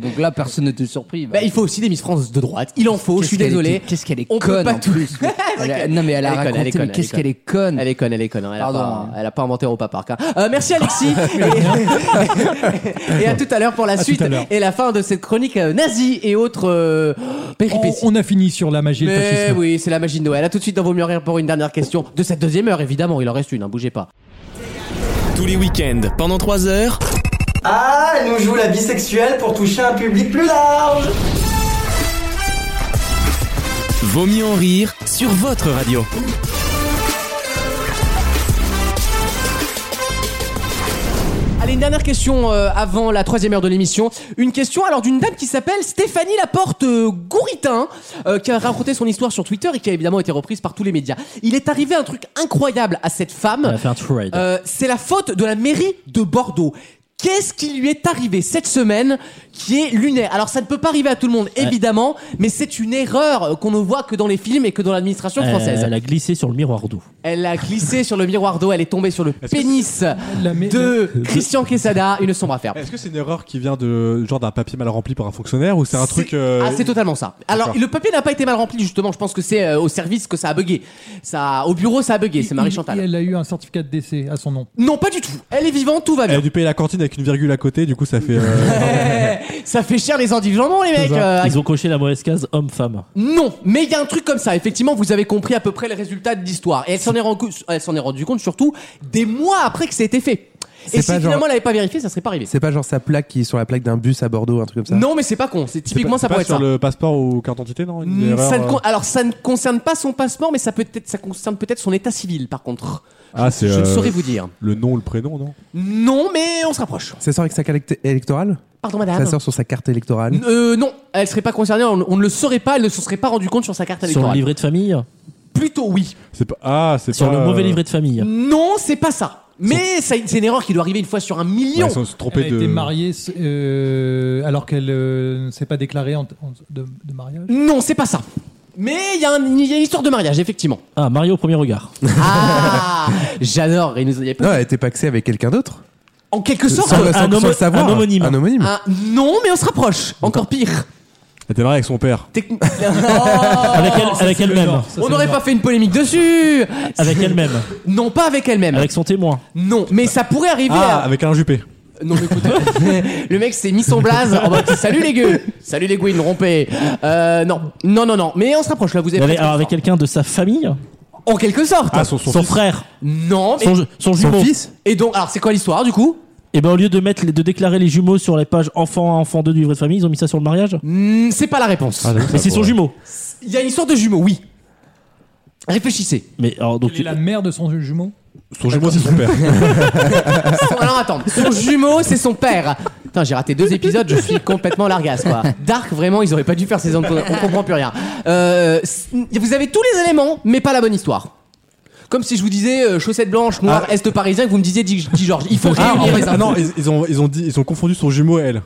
S5: Donc là, personne n'était surpris.
S1: Bah, il faut aussi des Miss France de droite. Il en faut, je
S5: Qu'est-ce
S1: suis
S5: qu'elle
S1: désolé.
S5: était- Qu'est-ce qu'elle est
S1: On peut
S5: conne
S1: pas
S5: en
S1: tout- *laughs*
S5: plus. Elle a- non mais elle a
S1: Elle est conne, elle est conne,
S5: raconté, mais
S1: elle est
S5: qu'est-ce
S1: conne.
S5: qu'elle est conne.
S1: Elle est conne, elle est conne. hein. Elle, a
S5: Pardon,
S1: pas,
S5: hein.
S1: elle a pas inventé Europa Park. hein. Euh, merci Alexis. et, et à tout à l'heure pour la
S2: tout
S1: suite
S2: à l'heure.
S1: et la fin de cette chronique euh, nazie et autres euh,
S2: On,
S1: péripéties.
S2: on a fini sur la magie et le
S1: Mais
S2: fascisme.
S1: oui, c'est la magie de Noël. À tout de suite dans Vos mieux rire pour une dernière question de cette deuxième heure, évidemment. Il en reste une, hein, bougez pas.
S7: Tous les week-ends, pendant 3 heures,
S9: Ah, elle nous joue la bisexuelle pour toucher un public plus large
S7: Vaut mieux en rire sur votre radio.
S1: Allez, une dernière question euh, avant la troisième heure de l'émission. Une question alors d'une dame qui s'appelle Stéphanie Laporte euh, Gouritin, euh, qui a raconté son histoire sur Twitter et qui a évidemment été reprise par tous les médias. Il est arrivé un truc incroyable à cette
S4: Elle a
S1: femme.
S4: fait un trade.
S1: Euh, C'est la faute de la mairie de Bordeaux. Qu'est-ce qui lui est arrivé cette semaine qui est lunaire Alors ça ne peut pas arriver à tout le monde évidemment, mais c'est une erreur euh, qu'on ne voit que dans les films et que dans l'administration française.
S4: Euh, Elle a glissé sur le miroir d'eau.
S1: Elle a glissé sur le miroir d'eau, elle est tombée sur le pénis
S2: La mé-
S1: de Christian Quesada, une sombre affaire.
S3: Est-ce que c'est une erreur qui vient de genre d'un papier mal rempli par un fonctionnaire ou c'est un truc euh,
S1: Ah, c'est totalement ça. Alors,
S3: D'accord.
S1: le papier n'a pas été mal rempli, justement. Je pense que c'est euh, au service que ça a bugué. Ça, au bureau, ça a bugué. C'est Marie
S2: Il-
S1: Chantal.
S2: il- Elle a eu un certificat de décès à son nom.
S1: Non, pas du tout. Elle est vivante, tout va
S3: Elle a
S1: bien.
S3: *laughs* dû payer la cantine avec une virgule à côté, du coup ça fait. euh,
S1: Eh, ça fait cher les endives jambon, les mecs. euh,
S4: Ils ont coché la mauvaise case homme-femme.
S1: Non, mais il y a un truc comme ça. Effectivement, vous avez compris à peu près les résultats de l'histoire. Et elle s'en est rendue rendu compte surtout des mois après que ça a été fait. Et
S6: C'est
S1: si
S6: pas
S1: finalement
S6: genre-
S1: elle n'avait pas vérifié, ça serait pas arrivé.
S6: C'est pas genre sa plaque qui est sur la plaque d'un bus à Bordeaux, un truc comme ça
S1: Non, mais c'est pas con. C'est typiquement
S3: C'est
S1: ça
S3: pas
S1: pourrait être
S3: sur
S1: ça.
S3: le passeport ou carte d'identité, non une
S1: Mm,
S3: erreur,
S1: ça ne
S3: euh,
S1: con- Alors ça ne concerne pas son passeport, mais ça peut être, ça concerne peut-être son état civil par contre.
S3: Ah, c'est
S1: Je ne
S3: euh,
S1: saurais vous dire.
S3: le nom, le prénom, non
S1: Non, mais on se rapproche.
S6: Ça sort avec sa carte électorale
S1: Pardon
S6: Ça
S1: madame.
S6: sort sur sa carte électorale
S1: N- euh, non, elle serait pas concernée. On, on ne le saurait pas. Elle ne se serait pas rendu compte sur sa carte
S4: Sur le
S1: électorale.
S4: livret de famille
S1: Plutôt oui.
S3: C'est pas. Ah, c'est
S4: Sur
S3: pas,
S4: le
S3: euh,
S4: mauvais livret de famille
S1: Non, c'est pas ça. Mais ça- c'est une erreur qui doit arriver une fois sur un
S3: ouais,
S1: million.
S3: ils sont- se tromper
S2: Elle a
S3: de.
S2: été mariée euh, alors qu'elle euh, ne s'est pas déclarée en- en- de, de mariage.
S1: Non, c'est pas ça. Mais il y, a un- il y a une histoire de mariage,
S4: *laughs*
S1: effectivement.
S4: Ah, Mario au premier regard.
S1: Ah J'adore, il nous y a
S6: Non, elle était paxée avec quelqu'un d'autre Euh,
S1: En quelque sorte,
S6: Sans le- sans-
S4: un homo-
S6: sans le savoir.
S4: un homonyme.
S6: Un homonyme.
S1: un- non, mais on se rapproche. Encore pire.
S3: Elle était mariée avec son père.
S6: *laughs*
S1: Techni- *laughs* Oh
S4: avec elle- avec elle-même.
S1: on n'aurait pas fait une polémique dessus.
S4: Avec elle-même.
S1: Non, pas avec elle-même.
S4: Avec son témoin.
S1: Non, mais ça pourrait arriver.
S3: Ah,
S1: à-
S3: avec Alain Juppé.
S1: Non, mais écoutez, *laughs* le mec s'est mis son blaze en mode Salut les gueux, salut les guines, rompez. Euh, non, non, non, non. Mais on se rapproche là. Vous avez.
S4: Avec-
S1: presque-
S4: alors, avec quelqu'un de sa famille
S1: En quelque sorte.
S3: Ah, son, son, fils.
S4: frère
S1: Non. Mais...
S4: Son, ju- son jumeau
S6: fils
S1: Et donc, alors c'est quoi l'histoire du coup
S4: Et ben au lieu de, mettre, les- de déclarer les jumeaux sur les pages enfant 1, enfant 2 du livret de famille, ils ont mis ça sur le mariage
S1: Hmm, C'est pas la réponse.
S4: Mais c'est son jumeau
S1: Il y a une histoire de jumeaux, oui. Réfléchissez.
S4: Mais alors, donc.
S2: Elle est la mère de son jumeau.
S3: Son jumeau, c'est son père.
S1: Son- *laughs* Alors attends, son jumeau, c'est son père. Putain, j'ai raté deux épisodes, je suis complètement largasse, quoi. Dark, vraiment, ils auraient pas dû faire ces entendus, on comprend plus rien. Euh, c- vous avez tous les éléments, mais pas la bonne histoire. Comme si je vous disais euh, chaussettes blanches, noires, est parisien, que vous me disiez dit Georges. Il faut
S3: Ah, en
S1: réunir
S3: fait,
S1: les
S3: ah non,
S1: infos.
S3: ils, ils ont, ils, ont dit, ils ont confondu son jumeau et elle.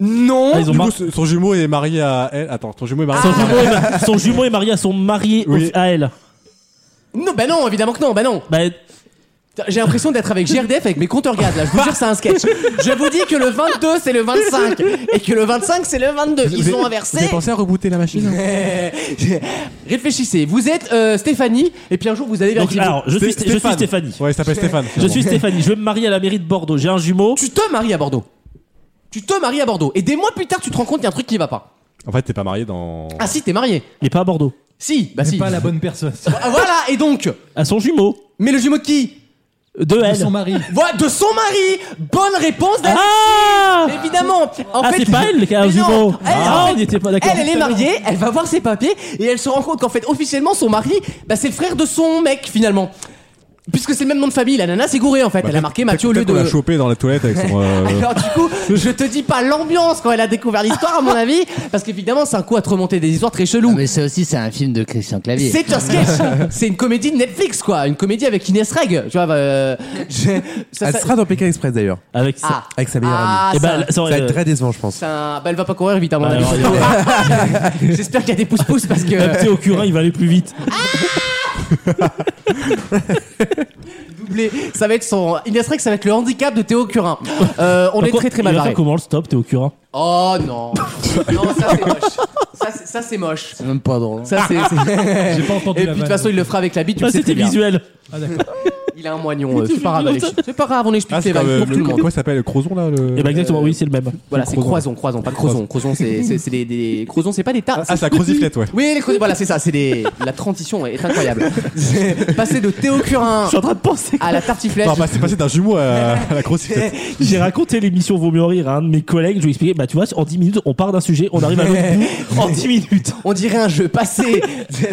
S1: Non,
S4: Ah, ils ont
S3: du
S4: mar-
S3: coup, son son jumeau est marié à elle. Attends, son jumeau est marié
S1: Ah.
S4: Son
S3: à
S4: jumeau, est ma- son jumeau est marié à son mari au-
S3: Oui.
S4: à elle.
S1: non, bah non, évidemment que non, bah non.
S4: Bah,
S1: Putain, J'ai l'impression d'être avec GRDF avec mes compteurs gaz là. Je vous jure, c'est un sketch. Je vous dis que le 22 c'est le 25 et que le 25 c'est le 22. Ils sont inversés.
S3: pensé à rebooter la machine
S1: Euh, *laughs* Réfléchissez. Vous êtes euh, Stéphanie et puis un jour vous allez
S4: donc,
S1: vérifier.
S4: alors, je suis, je suis Stéphanie.
S3: Ouais, il s'appelle Stéphane.
S4: Je suis Stéphanie, je vais me marier à la mairie de Bordeaux. J'ai un jumeau.
S1: Tu te maries à Bordeaux. Tu te maries à Bordeaux et des mois plus tard tu te rends compte qu'il y a un truc qui va pas.
S3: En fait, t'es pas marié dans. Bah,
S1: Ah si, t'es marié.
S4: Mais pas à Bordeaux.
S1: Si, bah
S2: C'est
S1: si.
S2: pas la
S1: *laughs*
S2: bonne personne.
S1: Ah, voilà et donc.
S4: À son jumeau.
S1: Mais le jumeau de qui
S4: De
S2: De
S4: elle.
S2: son mari.
S1: Voilà, de son mari. Bonne réponse. d'Alex.
S4: Ah
S1: Évidemment. En
S4: Ah,
S1: fait,
S4: c'est pas elle qui a un
S1: Mais non,
S4: jumeau.
S1: elle,
S4: Ah,
S1: en fait,
S4: on n'était pas d'accord.
S1: Elle, elle est mariée, elle va voir ses papiers et elle se rend compte qu'en fait, officiellement, son mari, bah, c'est le frère de son mec finalement. Puisque c'est le même nom de famille, la nana s'est gourée en fait.
S6: Bah,
S1: elle a marqué Mathieu au lieu de. Ah,
S3: On l'a chopé dans la toilette avec
S1: *laughs*
S3: son. euh,
S1: Alors du coup, je te dis pas l'ambiance quand elle a découvert l'histoire
S4: *laughs*
S1: à mon avis, parce qu'évidemment c'est un coup à te remonter des histoires très
S5: Ah,
S1: cheloues.
S5: mais ça aussi, c'est un film de Christian Clavier.
S1: C'est
S6: *laughs*
S1: un sketch, c'est une comédie de Netflix quoi, une comédie avec Inès Reg, tu vois. bah, euh, je- ça-
S6: Elle
S1: ça-
S6: sera dans Pékin Express d'ailleurs.
S4: Avec sa-
S1: Ah.
S6: Avec sa meilleure
S1: Ah,
S6: amie.
S4: Eh
S1: ça-
S4: ben, ça
S6: Ça
S4: aurait-
S6: va être très décevant, je pense.
S1: C'est un- bah, elle va pas courir vite à mon *laughs*
S4: Ouais,
S1: avis.
S4: alors,
S1: J'espère qu'il y a des pouces-pouces parce que. euh,
S4: Le petit au curin, il va aller plus vite.
S1: doublé. Ça va être son. Il ne serait que ça va être le handicap de Théo Curin. Euh, on
S4: Par
S1: est
S4: contre,
S1: très très
S4: il
S1: mal
S4: va
S1: barré.
S4: faire comment le stop, t'es au curin
S1: Oh non. non, ça c'est moche. Ça, c'est- Ça c'est moche.
S5: C'est même pas drôle.
S1: Ça c'est. c'est-
S2: J'ai pas entendu
S1: Et puis
S2: la
S1: de toute
S2: vanne.
S1: façon, il le fera avec la bite. tu
S4: Ah,
S1: le sais
S4: c'était
S1: très bien.
S4: visuel.
S2: Ah, d'accord.
S1: Il a un moignon. euh,
S4: Il est
S1: C'est pas grave,
S4: mignon,
S1: Alexis. C'est pas grave. On explique
S3: Ah,
S1: les
S3: c'est comme,
S1: vannes
S3: euh,
S1: pour tout
S3: le-
S1: le monde.
S3: Comment il s'appelle le Crozon là le...
S4: Et bah, exactement, oui, c'est le même.
S1: Voilà, c'est
S3: Crozon.
S1: croison, croison, pas croison. Croison, c'est c'est- c'est des, des croisons, c'est pas des tas.
S3: Ah, c'est la croziflette, ouais.
S1: Oui, les croisons, voilà, c'est ça. C'est des. La transition est incroyable. C'est- Passer de Théo Curin
S4: Je suis en train de penser que
S1: à la tartiflette.
S3: Non, bah, c'est passé d'un jumeau à, à la croziflette.
S4: j'ai raconté l'émission Vaut mieux en rire à un de mes collègues. Je lui ai expliqué, bah tu vois, en 10 minutes, on part d'un sujet, on arrive à l'autre bout en 10 minutes.
S1: On dirait un jeu. Passer.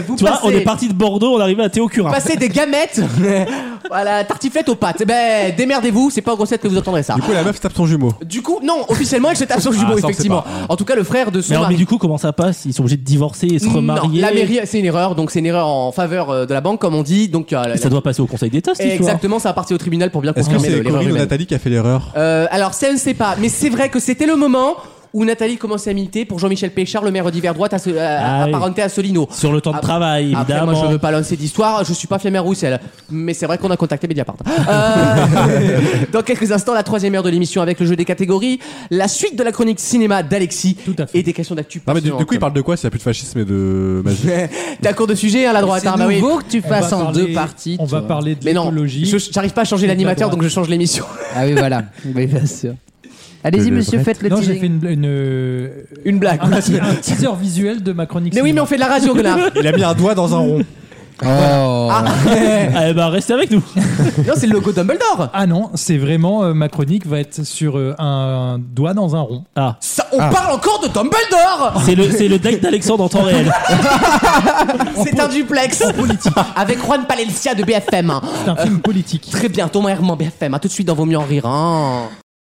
S1: Vous
S4: Tu vois, on
S1: passez-
S4: est parti de Bordeaux, on est arrivé à Théo Curin.
S1: Passer des gamètes *laughs* à la tartiflette aux pâtes. Eh Ben, démerdez-vous, c'est pas aux grossettes que vous entendrez ça.
S3: Du coup, la meuf tape son jumeau.
S1: Du coup, non, officiellement, elle se tape sur le
S3: Ah,
S1: jumeau,
S3: ça, on sait
S1: effectivement.
S3: pas.
S1: En tout cas, le frère de son
S4: Mais, alors, mais
S1: mari.
S4: du coup, comment ça passe Ils sont obligés de divorcer et se remarier.
S1: Non, la mairie, c'est une erreur, donc c'est une erreur en faveur euh, de la banque, comme on dit. Donc, euh, la-
S4: Ça doit passer au Conseil d'État, cette histoire.
S1: exactement, ça va partir au tribunal pour bien
S3: Est-ce que
S1: confirmer le-
S3: c'est
S1: Ah, l'erreur
S3: Corinne ou
S1: humaine.
S3: Nathalie qui a fait l'erreur
S1: Euh, alors, ça, on ne sait pas, mais c'est vrai que c'était le moment où Nathalie commençait à militer pour Jean-Michel Péchard, le maire d'hiver droite, à ce- à-
S4: Ah oui.
S1: apparenté à Solino.
S4: Sur le temps de
S1: Après-
S4: travail,
S1: Ah, Après, moi,
S4: évidemment.
S1: je veux pas lancer d'histoire, je suis pas Fiamma Roussel. Mais c'est vrai qu'on a contacté
S5: *laughs*
S1: Mediapart. Euh, dans quelques instants, la troisième heure de l'émission avec le jeu des catégories, la suite de la chronique cinéma d'Alexis
S2: à fait.
S1: et des questions d'actu.
S3: Non, mais du, du coup,
S1: passionnantes.
S3: il parle de quoi s'il n'y a plus de fascisme et de magie
S1: T'as cours de sujet hein, la droite,
S5: C'est
S1: hein, bah oui.
S5: nouveau que tu
S2: On va
S5: fasses en
S2: parler-
S5: deux parties.
S2: On
S5: tu
S2: va
S5: vois.
S2: parler de
S1: Mais non,
S2: l'écologie.
S1: je- j'arrive pas à changer
S2: Et de la
S5: *laughs*
S1: l'animateur
S2: droite.
S1: donc je change l'émission.
S5: Ah oui, voilà. Oui, bien sûr. Allez-y,
S6: le
S5: monsieur,
S6: Brett.
S5: faites le
S2: Non, j'ai
S5: teasing.
S2: fait une, une, euh,
S1: Une blague. *laughs*
S5: Ah,
S2: un, teaser- un teaser visuel de ma chronique.
S1: Mais oui, mais on fait de la radio,
S5: *laughs*
S1: connard.
S3: Il a mis un doigt dans un rond.
S5: Oh.
S4: Ah, eh ben, restez avec nous.
S1: Non, c'est le logo Dumbledore.
S2: Ah non, c'est vraiment euh, ma chronique va être sur euh, un doigt dans un rond.
S4: Ah,
S1: Ça, on parle encore de Dumbledore.
S4: c'est le, c'est le deck d'Alexandre en temps réel.
S1: C'est un duplex. Avec Juan Palencia de BFM. *laughs*
S2: C'est un film politique.
S1: Très bien, ton BFM. À tout de suite dans Vos mieux en rire. hein.